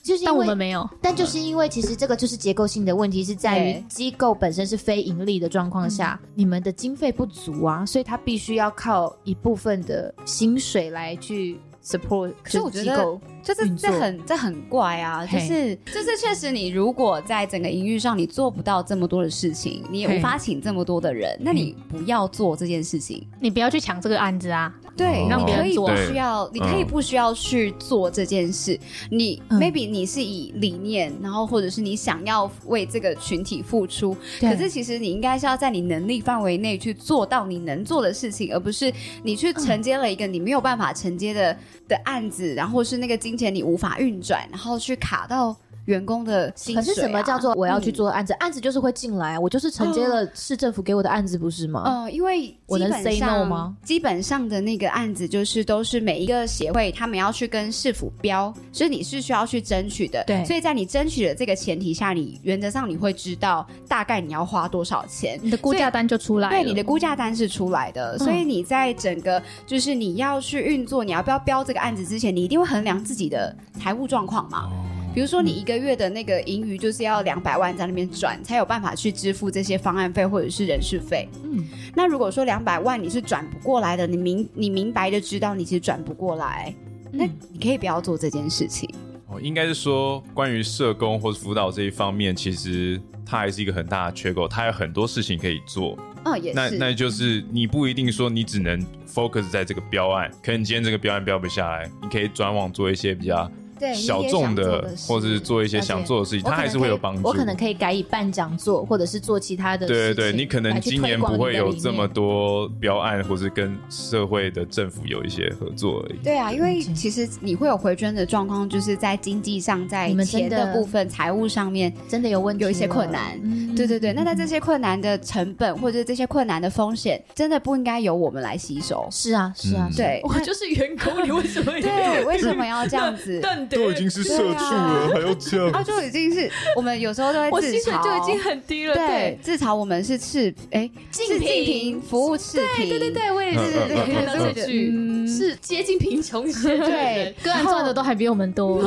E: 就是因
C: 但我
E: 为
C: 们没有。
E: 但就是因为其实这个就是结构性的问题，是在于
D: 嗯对嗯
E: 机构本身是非盈利的状况下，你们的经费不足啊，所以它必须要靠一部分的薪水来去 support
D: 是我觉
E: 就是
D: 得
E: 机构。
D: 就是
E: 运
D: 这
E: 作
D: 很这很怪啊，
E: 嘿
D: 就是就是确实，你如果在整个营运上你做不到这么多的事情，你也
A: 嘿
D: 无法请这么多的人，那你不要做这件事情。
C: 你不要去抢这个案子啊！
B: 哦
D: 对，你
C: 让别人
D: 可以
C: 做
D: 不
B: 对
D: 需要，你可以
B: 嗯
D: 不需要去做这件事。你
E: 嗯
D: maybe 你是以理念，然后或者是你想要为这个群体付出，
E: 对
D: 可是其实你应该是要在你能力范围内去做到你能做的事情，而不是你去承接了一个你没有办法承接的的案子，然后是那个金钱你无法运转，然后去卡到员工的薪水、
E: 可
D: 啊。
E: 是什么叫做我要去？做案子？案子就是会进来啊，我就是承接了市政府给我的案子，不是吗？
D: 嗯、呃，因为基
E: 我能
D: 本
E: say no
D: 上
E: 吗？
D: 基本上的那个案子就是都是每一个协会他们要去跟市府标，所以你是需要去争取的。
E: 对
D: 所以在你争取的这个前提下，你原则上你会知道大概你要花多少钱。
C: 你的估价单就出来了。
D: 对，你的估价单是出来的，所以你在整个就是你要去运作，你要不要标这个案子之前，你一定会衡量自己的财务状况嘛。比如说，你一个月的那个盈余就是要两百万在那边转，才有办法去支付这些方案费或者是人事费。
E: 嗯，
D: 那如果说两百万你是转不过来的，你明你明白的知道你其实转不过来，那你可以不要做这件事情。
B: 哦，应该是说关于社工或是辅导这一方面，其实它还是一个很大的缺口，它有很多事情可以做。
D: 嗯，也
B: 那
D: 是。
B: 那就是你不一定说你只能 focus 在这个标案，可能今天这个标案标不下来，你可以转往做一些比较
D: 对你也
B: 小
D: 想
B: 众
D: 做
B: 的
D: 的，事
B: 或者是做一些想做的事情，
E: 我
B: 它
E: 可
B: 还
E: 能
B: 是会
E: 可以
B: 有帮助。
E: 我可能可以改以办讲座，或者是做其他的
B: 对
E: 事情。
B: 对对，你可能
E: 来去
B: 今年
E: 推广
B: 不
E: 你
B: 会
E: 的
B: 有
E: 理
B: 这么
E: 念
B: 多标案，或是跟社会的政府有一些合作而已。
D: 对啊，因为其实你会有回捐的状况，就是在经济上，在
E: 你们真
D: 钱
E: 的
D: 的部分、财务上面，
E: 真的有问题了，
D: 有一些困难
E: 嗯
D: 对对对。那在这些困难的成本或者这些困难的风险，真的不应该由我们来吸收。
E: 是啊是啊
B: 嗯，
E: 是啊
D: 对，
A: 我就是员工，你为什么？
D: 那对，为什么要这样子
A: 但对，
B: 是
D: 社畜了对啊
B: 还要这
D: 啊，就已经是我们有时候都会
A: 我
D: 自
A: 薪水
D: 嘲，
A: 就已经很低了，
D: 对，自嘲我们是赤哎，
A: 竞
D: 是竞
A: 品
D: 品服务赤贫，对对对
A: 对，我也
B: 是
D: 对对，
A: 看到
D: 所以
A: 这
D: 我觉得
A: 句
D: 嗯
A: 是接近贫穷线的人
D: 对，
C: 个案赚的都还比我们 多。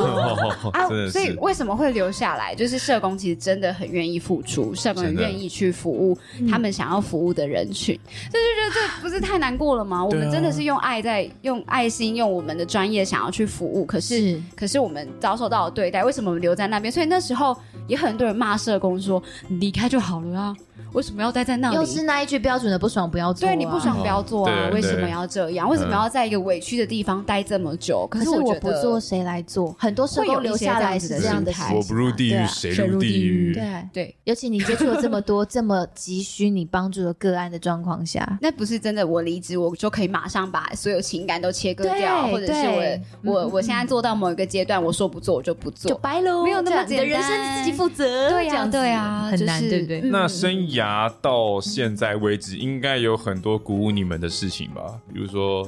D: 啊，
B: 真的
D: 所以
B: 是。
D: 为什么会留下来？就是社工其实真的很愿意付出，社工也
B: 真的
D: 愿意去服务
E: 嗯
D: 他们想要服务的人群，这就觉得这不是太难过了吗？我
B: 对
D: 们
B: 啊
D: 真的是用爱在用爱心，用我们的专业想要去服务，可是
E: 是
D: 可是我们遭受到的对待，为什么我们留在那边？所以那时候也很多人骂社工说：“你离开就好了啊，为什么要待在那
E: 又是
D: 里？
E: 那一句标准的不爽不要做、啊，
D: 对，你不爽不要做啊
B: 哦对！对嗯
D: 为什么要这样？为什么要在一个委屈的地方待这么久？可
E: 可是
D: 我
E: 我
D: 觉
E: 不
D: 得
E: 做，谁来做？很多社
D: 会有
E: 工
D: 一
E: 留
D: 些
E: 下
D: 这
E: 来
D: 样
E: 是
D: 子的
E: 这样的心
D: 心态
E: 态，
B: 我不入地
D: 对
B: 狱，
D: 啊
B: 谁
D: 谁
B: 入
D: 入
B: 地
D: 地
B: 狱
D: 狱？
E: 对，啊
D: 对，
E: 尤其你接触了这么多 这么急需你帮助的个案的状况下，
D: 那不是真的，我离职我就可以马上把所有情感都切割掉，
E: 对
D: 或者是
E: 对嗯
D: 我我我现在做到某一个阶段，我说不做我就不
E: 就
D: 做。
E: 白喽，
D: 没有那么
E: 这样你的
D: 简
E: 人
D: 单
E: 生你自己负责，
D: 对呀啊
E: 这样子
D: 对呀
E: 很难，
D: 就是
E: 对不对？
D: 嗯？
B: 那生涯到现在为止，应该有很多鼓舞你们的事情吧？比如说，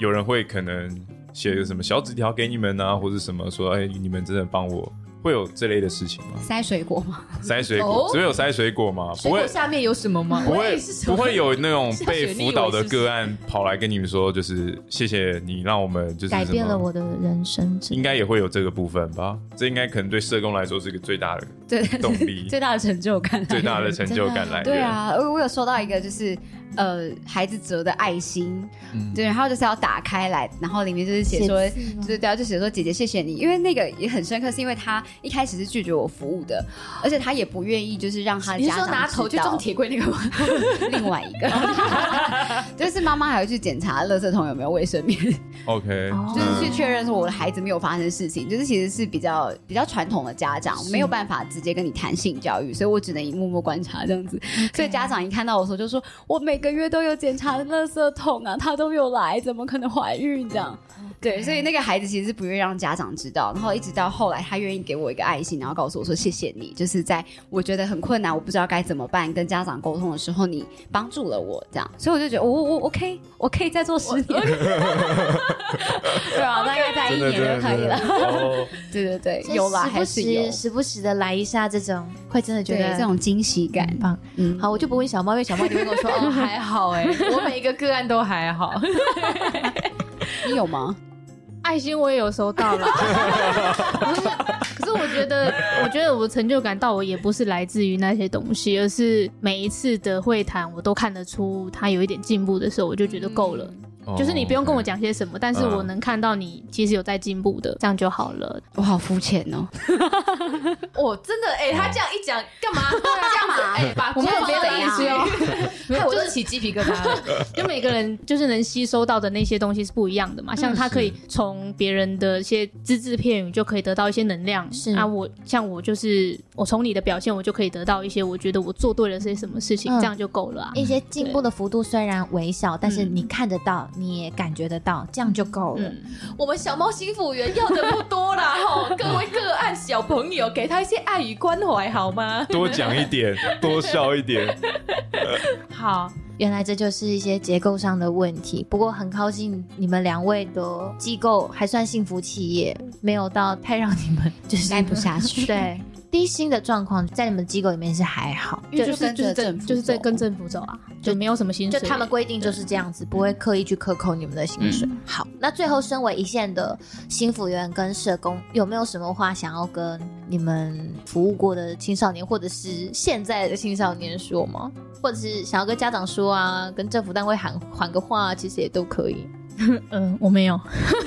B: 有人会可能写个什么小纸条给你们啊，或者什么说，哎、你们真的帮我，会有这类的事情 吗
D: 塞水果吗？
B: 塞水果
E: 哦，
B: 只会有塞水果吗？不
E: 水
B: 会
E: 果，下面有什么吗？
B: 不会，不会有 那种
E: 是要
B: 被
E: 选立
B: 辅导
E: 委
B: 的
E: 是不是
B: 个案跑来跟你们说，就是谢谢你让我们就是
E: 改
B: 什
E: 变
B: 么
E: 了我的人生，
B: 应该也会有这个部分吧？这应该可能对社工来说是一个最大的
D: 对，，
B: 动力
D: 最大的成就感，
B: 最大的成就感来源。
D: 对啊，我我有收到一个就是呃孩子折的爱心，
B: 嗯
D: 对，然后就是要打开来，然后里面就是写说
E: 写字吗，
D: 就是对啊，就写说姐姐谢谢你，因为那个也很深刻，是因为他一开始是拒绝我服务的，而且他也不愿意就是让他
E: 你是
D: 家
E: 说
D: 长
E: 拿头
D: 知
E: 去
D: 道
E: 撞铁柜那个吗？
D: 另外一个，就是妈妈还会去检查垃圾桶有没有卫生棉，
B: OK，
E: 哦
D: 就是去确认说我的孩子没有发生事情，就是其实是比较比较传统的家长没有办法直接跟你谈性教育，所以我只能以默默观察这样子。 所以家长一看到我说就说我每个月都有检查垃圾桶啊，她都有来，怎么可能怀孕这样？对，所以那个孩子其实是不愿意让家长知道，然后一直到后来他愿意给我一个爱心，然后告诉我说谢谢你，就是在我觉得很困难，我不知道该怎么办跟家长沟通的时候，你帮助了我这样，所以我就觉得我我 OK，我可以再做 十年，对啊，大概在一
B: 真的
D: 年
B: 真的
D: 就可以了。
B: 了。
D: 对对对，
E: 就
D: 有啦，
E: 时不
D: 还是有
E: 时，时不时的来一下这种，会真的觉
D: 对
E: 得
D: 这种惊喜感。
E: 很棒。
D: 嗯，
E: 好，我就不问小猫，因为小猫你会跟我 说哦还好哎、我每一个个案都还 好。
D: 你有吗？
C: 爱心我也有收到了，不是，可是我觉得，我觉得我的成就感到我也不是来自于那些东西，而是每一次的会谈，我都看得出他有一点进步的时候，我就觉得够了。
B: 哦
C: 就是你不用跟我讲些什么，但是我能看到你其实有在进步的，这样就好了。
D: 我好肤浅哦。
E: 我真的哎、他这样一讲干嘛？干嘛？哎、把
C: 我没有别的意思哦，
E: 没有，我就是起鸡皮疙瘩。
C: 就每个人就是能吸收到的那些东西是不一样的嘛，像他可以从别人的一些只字片语就可以得到一些能量，
E: 是
C: 啊，我像我就是我从你的表现，我就可以得到一些我觉得我做对了些什么事情，
E: 嗯
C: 这样就够了啊。
E: 一些进步的幅度虽然微小，但是你
D: 嗯
E: 看得到，你也感觉得到，这样就够了。
C: 嗯，
E: 我们小猫新辅员要的不多啦，吼，各位个案小朋友，给他一些爱与关怀好吗？
B: 哦多讲一点，多笑一点。
E: 好，原来这就是一些结构上的问题。不过很高兴你们两位的机构还算幸福企业，没有到太让你们 就是
D: 待不下去
E: 对，低薪的状况在你们机构里面是还好，
C: 因为就
D: 就
C: 是就是政
D: 是跟着政府
C: 就是在
D: 走
C: 跟政府走啊，就没有什么薪
E: 就
C: 水，
E: 他们规定就是这样子，不会刻意去克扣你们的薪水。好，那最后身为一线的新服员跟社工，有没有什么话想要跟你们服务过的青少年，或者是现在的青少年说吗？或者是想要跟家长说啊，跟政府单位喊喊个话、其实也都可以。
C: 嗯，我没有，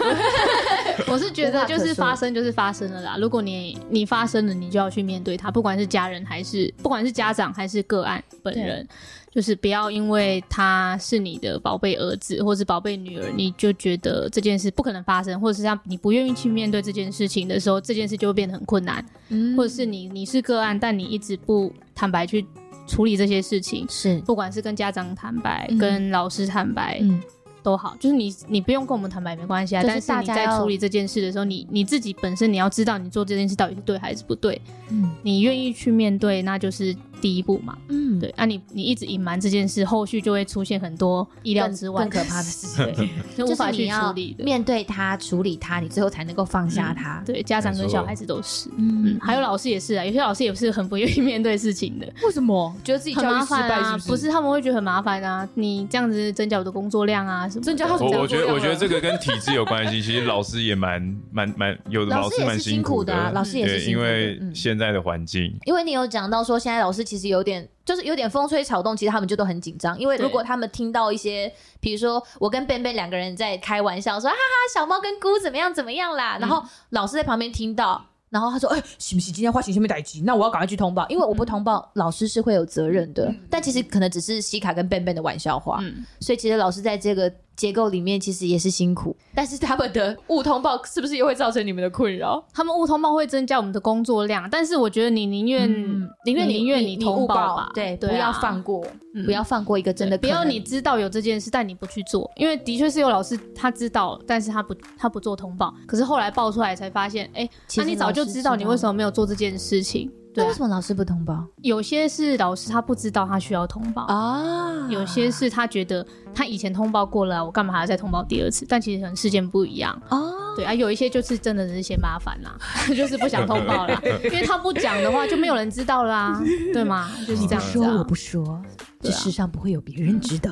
C: 我是觉
E: 无
C: 得
E: 话可
C: 就是
E: 说
C: 发生就是发生了啦。如果你你发生了，你就要去面对它，不管是家人还是不管是家长还是个案本人，就是不要因为他是你的宝贝儿子或是宝贝女儿，你就觉得这件事不可能发生，或者是让你不愿意去面对这件事情的时候，这件事就会变得很困难，
E: 嗯
C: 或者是你你是个案，但你一直不坦白去处理这些事情。
E: 是，
C: 不管是跟家长坦白，
E: 嗯
C: 跟老师坦白，
E: 嗯，
C: 都好，就是你你不用跟我们坦白没关系啊，
E: 就是
C: 但是
E: 大
C: 你
E: 家
C: 在
E: 要
C: 处理这件事的时候，你你自己本身你要知道你做这件事到底是对还是不对，
E: 嗯
C: 你愿意去面对，那就是第一步嘛。
E: 嗯，
C: 对，啊你你一直隐瞒这件事，后续就会出现很多意料
E: 更
C: 之外
E: 更可怕的
C: 事情，对就
E: 就
C: 无
E: 是
C: 法
E: 你
C: 去
E: 要
C: 处理的。
E: 面对他，处理他，你最后才能够放下
C: 嗯
E: 他。
C: 对，家长跟
B: 没错
C: 小孩子都是，
E: 嗯
C: 嗯，还有老师也是啊，有些老师也是很不愿意面对事情的，
E: 为什么觉得自
C: 很麻烦啊，不是他们会觉得很麻烦啊，你这样子增加我的工作量啊什么的，
E: 增加他什么
B: 我我觉得
A: 啊
B: 我觉得这个跟体制有关系，其实老师也蛮蛮蛮有的，
E: 老师
B: 师
E: 也
B: 蛮
E: 是辛苦的
B: 的
E: 啊，老师也是
B: 对，
E: 辛
B: 因
E: 苦的
B: 为
E: 嗯
B: 现在的环境，
E: 因为你有讲到说，现在老师其实有点，就是有点风吹草动，其实他们就都很紧张。因为如果他们听到一些，比如说我跟贝贝两个
C: 嗯
E: 人在开玩笑说，哈哈，小猫跟姑怎么样怎么样啦，然后老师在旁边听到，
A: 然后他说：“哎、行不行？今天花钱先被逮急，那我要赶快去通报，因为我不通报，老师是会有责任的。但其实可能只是西卡跟笨笨的玩笑话，
C: 嗯
A: 所以其实老师在这个结构里面其实也是辛苦。但是他们的误通报是不是也会造成你们的困扰？
C: 他们误通报会增加我们的工作量，但是我觉得你宁愿
A: 嗯宁愿你
C: 宁愿
A: 你
C: 通
A: 误
C: 报吧，
A: 对，
C: 对啊，
A: 不要放过，
C: 嗯
A: 不要放过一个真的，
C: 不要你。知道有这件事，但你不去做，因为的确是有老师他知道，但是他不他不做通报，可是后来爆出来才发现，哎、
A: 其
C: 那
A: 实
C: 你早就知道你为什么没有做这件事情。对
A: 那
C: 啊、
A: 为什么老师不通报
C: 有些是老师他不知道他需要通报，
A: 啊
C: 有些是他觉得他以前通报过了啊，我干嘛还要再通报第二次？但其实可能事件不一样。
A: 哦，
C: 对啊，有一些就是真的是嫌麻烦啦， 就是不想通报啦，因为他不讲的话就没有人知道啦，对吗？就是这样子、啊。
A: 说，
C: 对啊
A: 上不会有别人知道。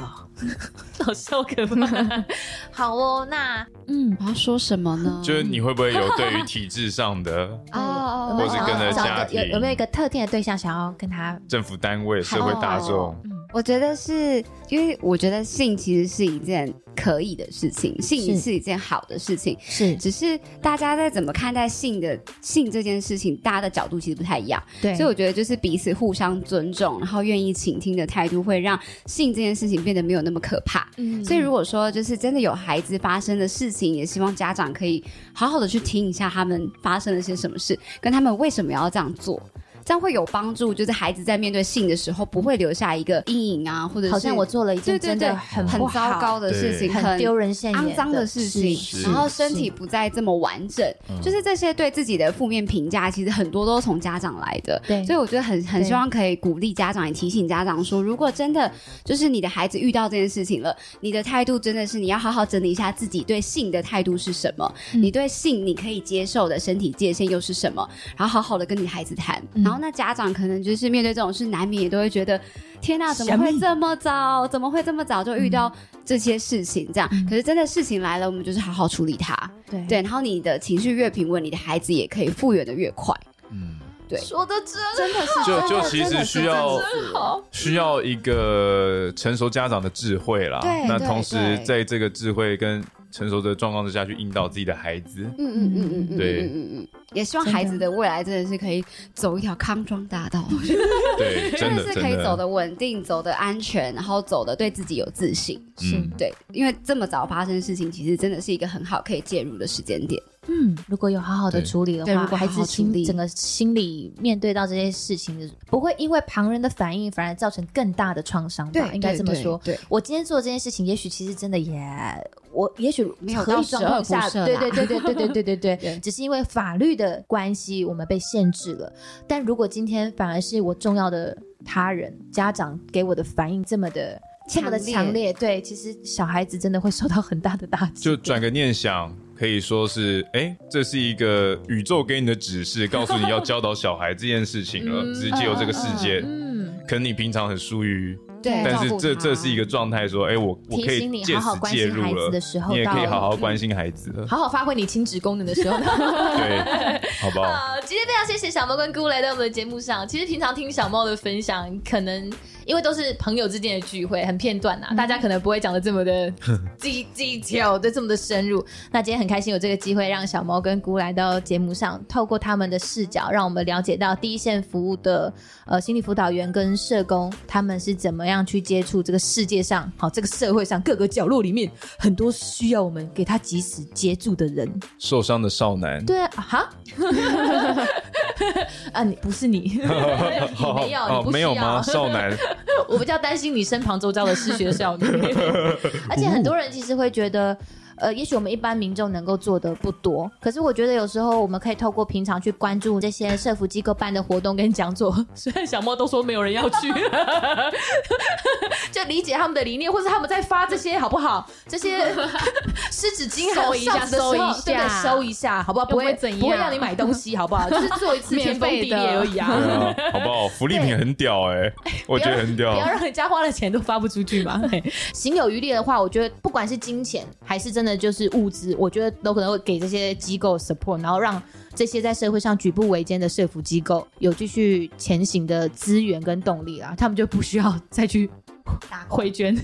A: 好笑可怕。
E: 好哦，那
A: 嗯，
D: 我要说什么呢？
B: 就是你会不会有对于体制上的
D: 哦
A: 我
E: 有没
B: 或
E: 有
B: 是
E: 想
B: 跟
E: 要
B: 着
E: 找
B: 家
E: 一个有
B: 庭
E: 有没有一个特定的对象想要跟他？
B: 政府单位、社会大众
E: 哦？
D: 我觉得是因为我觉得性其实是一件可以的事情，性
A: 是
D: 是一件好的事情，
A: 是
D: 只是大家在怎么看待性的性这件事情，大家的角度其实不太一样。
A: 对，
D: 所以我觉得就是彼此互相尊重，然后愿意倾听的态度，会让性这件事情变得没有那么可怕。
A: 嗯
D: 所以如果说就是真的有孩子发生的事情，也希望家长可以好好的去听一下他们发生了些什么事，跟他们为什么要这样做。这样会有帮助，就是孩子在面对性的时候不会留下一个阴影啊，或者是
E: 好像我做了一件
D: 对对
E: 真
D: 对
E: 的很
D: 很
E: 不好
D: 糟糕的事情，
E: 很
D: 很
E: 丢人现眼、
D: 肮脏的事情，
E: 是
D: 然后身体不再这么完整，就是这些对自己的负面评价，其实很多都是从家长来的。
A: 对
D: 所以我觉得很很希望可以鼓励家长，也提醒家长说，如果真的就是你的孩子遇到这件事情了，你的态度真的是你要好好整理一下自己对性的态度是什么，你对性你可以接受的身体界限又是什么，然后好好的跟你孩子谈。然后那家长可能就是面对这种事，难免也都会觉得，天呐，怎么会这么早？怎么会这么早就遇到这些事情？这样，可是真的事情来了，我们就是好好处理它。
A: 对
D: 对，然后你的情绪越平稳，你的孩子也可以复原的越快。
B: 嗯，
A: 说的真
D: 真的是，
B: 就
D: 真的
B: 就其实需要
D: 真的是
A: 好，
B: 需要一个成熟家长的智慧啦
D: 对。
B: 那
D: 对
B: 同时
D: 对
B: 在这个智慧跟成熟的状况之下，去引导自己的孩子。
D: 嗯嗯嗯嗯嗯，
B: 对
D: 嗯嗯嗯，也希望孩子的未来真的是可以走一条康庄大道，
B: 对，真
D: 真
B: 的
D: 的是可以
B: 真
D: 走的稳定，走的安全，然后走的对自己有自信。
B: 嗯，
D: 对，因为这么早发生事情，其实真的是一个很好可以介入的时间点。
A: 嗯，
E: 如果有好好的
B: 对
E: 处理的
D: 对
E: 话，
D: 如果
E: 孩
D: 好
E: 子
D: 好处
E: 心
D: 理
E: 整个心理面对到这些事情的，不会因为旁人的反应反而造成更大的创伤吧？应该这么说。
D: 对，
E: 我今天做这件事情，也许其实真的也，我也许
D: 没有
E: 合
D: 到
E: 理状况
D: 十恶
E: 下，
D: 不赦啦
E: 对对对对对对对对对
D: 对
E: 只是因为法律的关系，我们被限制了。但如果今天反而是我重要的他人、家长给我的反应这么的。这么的强
D: 强
E: 烈，对，其实小孩子真的会受到很大的打击。
B: 就转个念想，可以说是，哎、这是一个宇宙给你的指示，告诉你要教导小孩这件事情了，只是借由这个事件，
E: 嗯，
B: 可能你平常很疏于，
D: 对
B: 但是
D: 照顾
B: 这
D: 他
B: 这是一个状态，说，哎、我我可
E: 提
B: 以
E: 醒你
B: 借
E: 好好
B: 此
E: 关
B: 介
E: 心
B: 入
E: 孩子
B: 了
E: 的，时候，
B: 你也可以
E: 到嗯
B: 好好关心孩子了，
A: 好好发挥你亲职功能的时候呢，
B: 对，好不 好？
A: 好，今天非常谢谢小猫跟姑来到我们的节目上。其实平常听小猫的分享，可能因为都是朋友之间的聚会，很片段
E: 啊
A: 呐、大家可能不会讲的这么的技技巧，对，这么的深入。
E: 那今天很开心有这个机会让小猫跟姑来到节目上，透过他们的视角，让我们了解到第一线服务的呃心理辅导员跟社工，他们是怎么样去接触这个世界上好这个社会上各个角落里面很多需要我们给他及时接住的人。
B: 受伤的少男，
E: 对啊，哈， 啊，你不是你，
B: 好好
A: 没有
B: 哦
A: 你不需要
B: 没有吗？少男，
E: 我比较担心你身旁周遭的
A: 哦
E: 失学少 女，而且很多人其实会觉得。呃，也许我们一般民众能够做的不多，可是我觉得有时候我们可以透过平常去关注这些社福机构办的活动跟讲座，
A: 虽然小猫都说没有人要去， 就理解他们的理念，或是他们在发这些好不好？这些 湿纸巾还有
C: 收一
A: 哨
C: 下
A: 子的时候
C: 收一下
A: 对不对收一下，好不好？不
C: 又
A: 会
C: 不会怎样
A: 不会让你买东西，好不 好？就是做一次
C: 免
A: 天崩
C: 费
A: 地
C: 的
A: 裂而已啊。
B: 对啊，好不好？福利品很屌哎、我觉得很屌
A: 不，要让人家花了钱都发不出去 嘛。嘿
E: 行有余力的话，我觉得不管是金钱还是真的就是物资，我觉得都可能会给这些机构 support，然后让这些在社会上举步维艰的社服机构有继续前行的资源跟动力啦，他们就不需要再去回捐。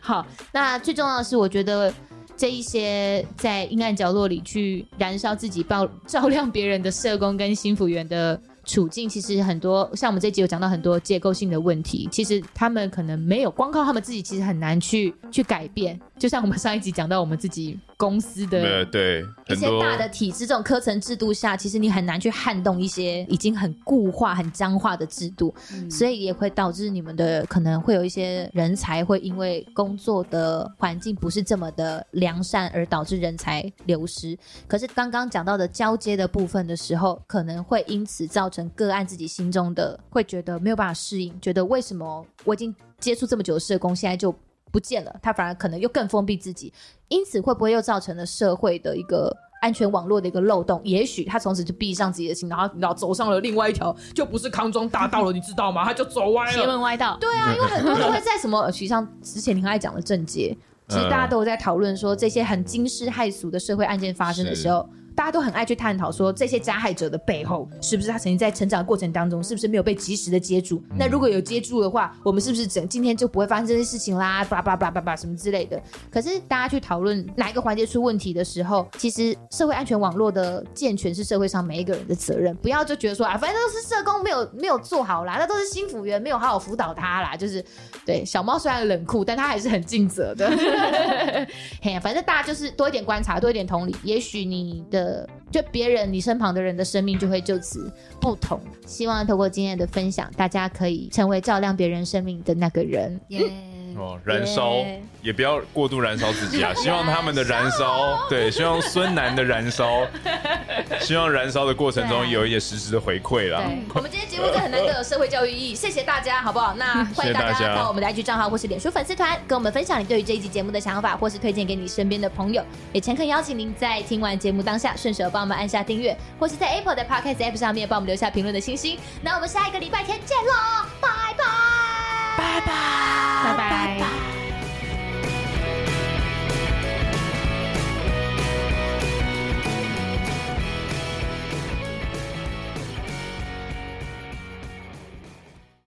E: 好，那最重要的是，我觉得。这一些在阴暗角落里去燃烧自己、照 照亮别人的社工跟新辅员的处境，其实很多像我们这集有讲到很多结构性的问题，其实他们可能没有光靠他们自己，其实很难去去改变。就像我们上一集讲到我们自己公司
B: 呃，
E: 的。
B: 对，
E: 一
B: 很
E: 些
B: 多
E: 大的体制，这种科层制度下，其实你很难去撼动一些已经很固化、很僵化的制度。
D: 啊嗯
E: 所以也会导致你们的可能会有一些人才会因为工作的环境不是这么的良善，而导致人才流失。可是刚刚讲到的交接的部分的时候，可能会因此造成个案自己心中的会觉得没有办法适应，觉得为什么我已经接触这么久的社工，现在就不见了，他反而可能又更封闭自己，因此会不会又造成了社会的一个安全网络的一个漏洞？也许他从此就闭上自己的心，然后然后走上了另外一条就不是康庄大道了，你知道吗？他就走歪
C: 邪
E: 了。
C: 门歪道。
E: 对啊，因为很多 都会在什么，其实像之前你很爱讲的症结，其实大家都有在讨论说这些很惊世骇俗的社会案件发生的时候。大家都很爱去探讨说，这些加害者的背后是不是他曾经在成长的过程当中，是不是没有被及时的接住？那如果有接住的话，我们是不是整今天就不会发生这些事情啦？叭叭叭叭叭什么之类的。可是大家去讨论哪一个环节出问题的时候，其实社会安全网络的健全是社会上每一个人的责任，不要就觉得说啊，反正都是社工没有没有做好啦，那都是新辅员没有好好辅导他啦。就是对小猫虽然冷酷，但它还是很尽责的。嘿呀，反正大家就是多一点观察，多一点同理，也许你的就别人你身旁的人的生命就会就此不同。希望透过今天的分享，大家可以成为照亮别人生命的那个人。
D: 嗯耶
B: 哦，燃烧也不要过度燃烧自己啊！希望他们的燃烧，对，希望孙楠的燃烧，希望燃烧的过程中
E: 对
B: 有一些实时的回馈啦。
E: 对，嗯我们今天节目真的很难得有社会教育 意义，谢谢大家，好不好？那欢迎
B: 谢
E: 大
B: 谢
E: 家
B: 大家
E: 到我们的 IG 账号或是脸书粉丝团，跟我们分享你对于这一集节目的想法，或是推荐给你身边的朋友。也诚恳邀请您在听完节目当下，顺手帮我们按下订阅，或是在 Apple 的 Podcast App 上面帮我们留下评论的星星。那我们下一个礼拜天见喽，拜拜，拜拜。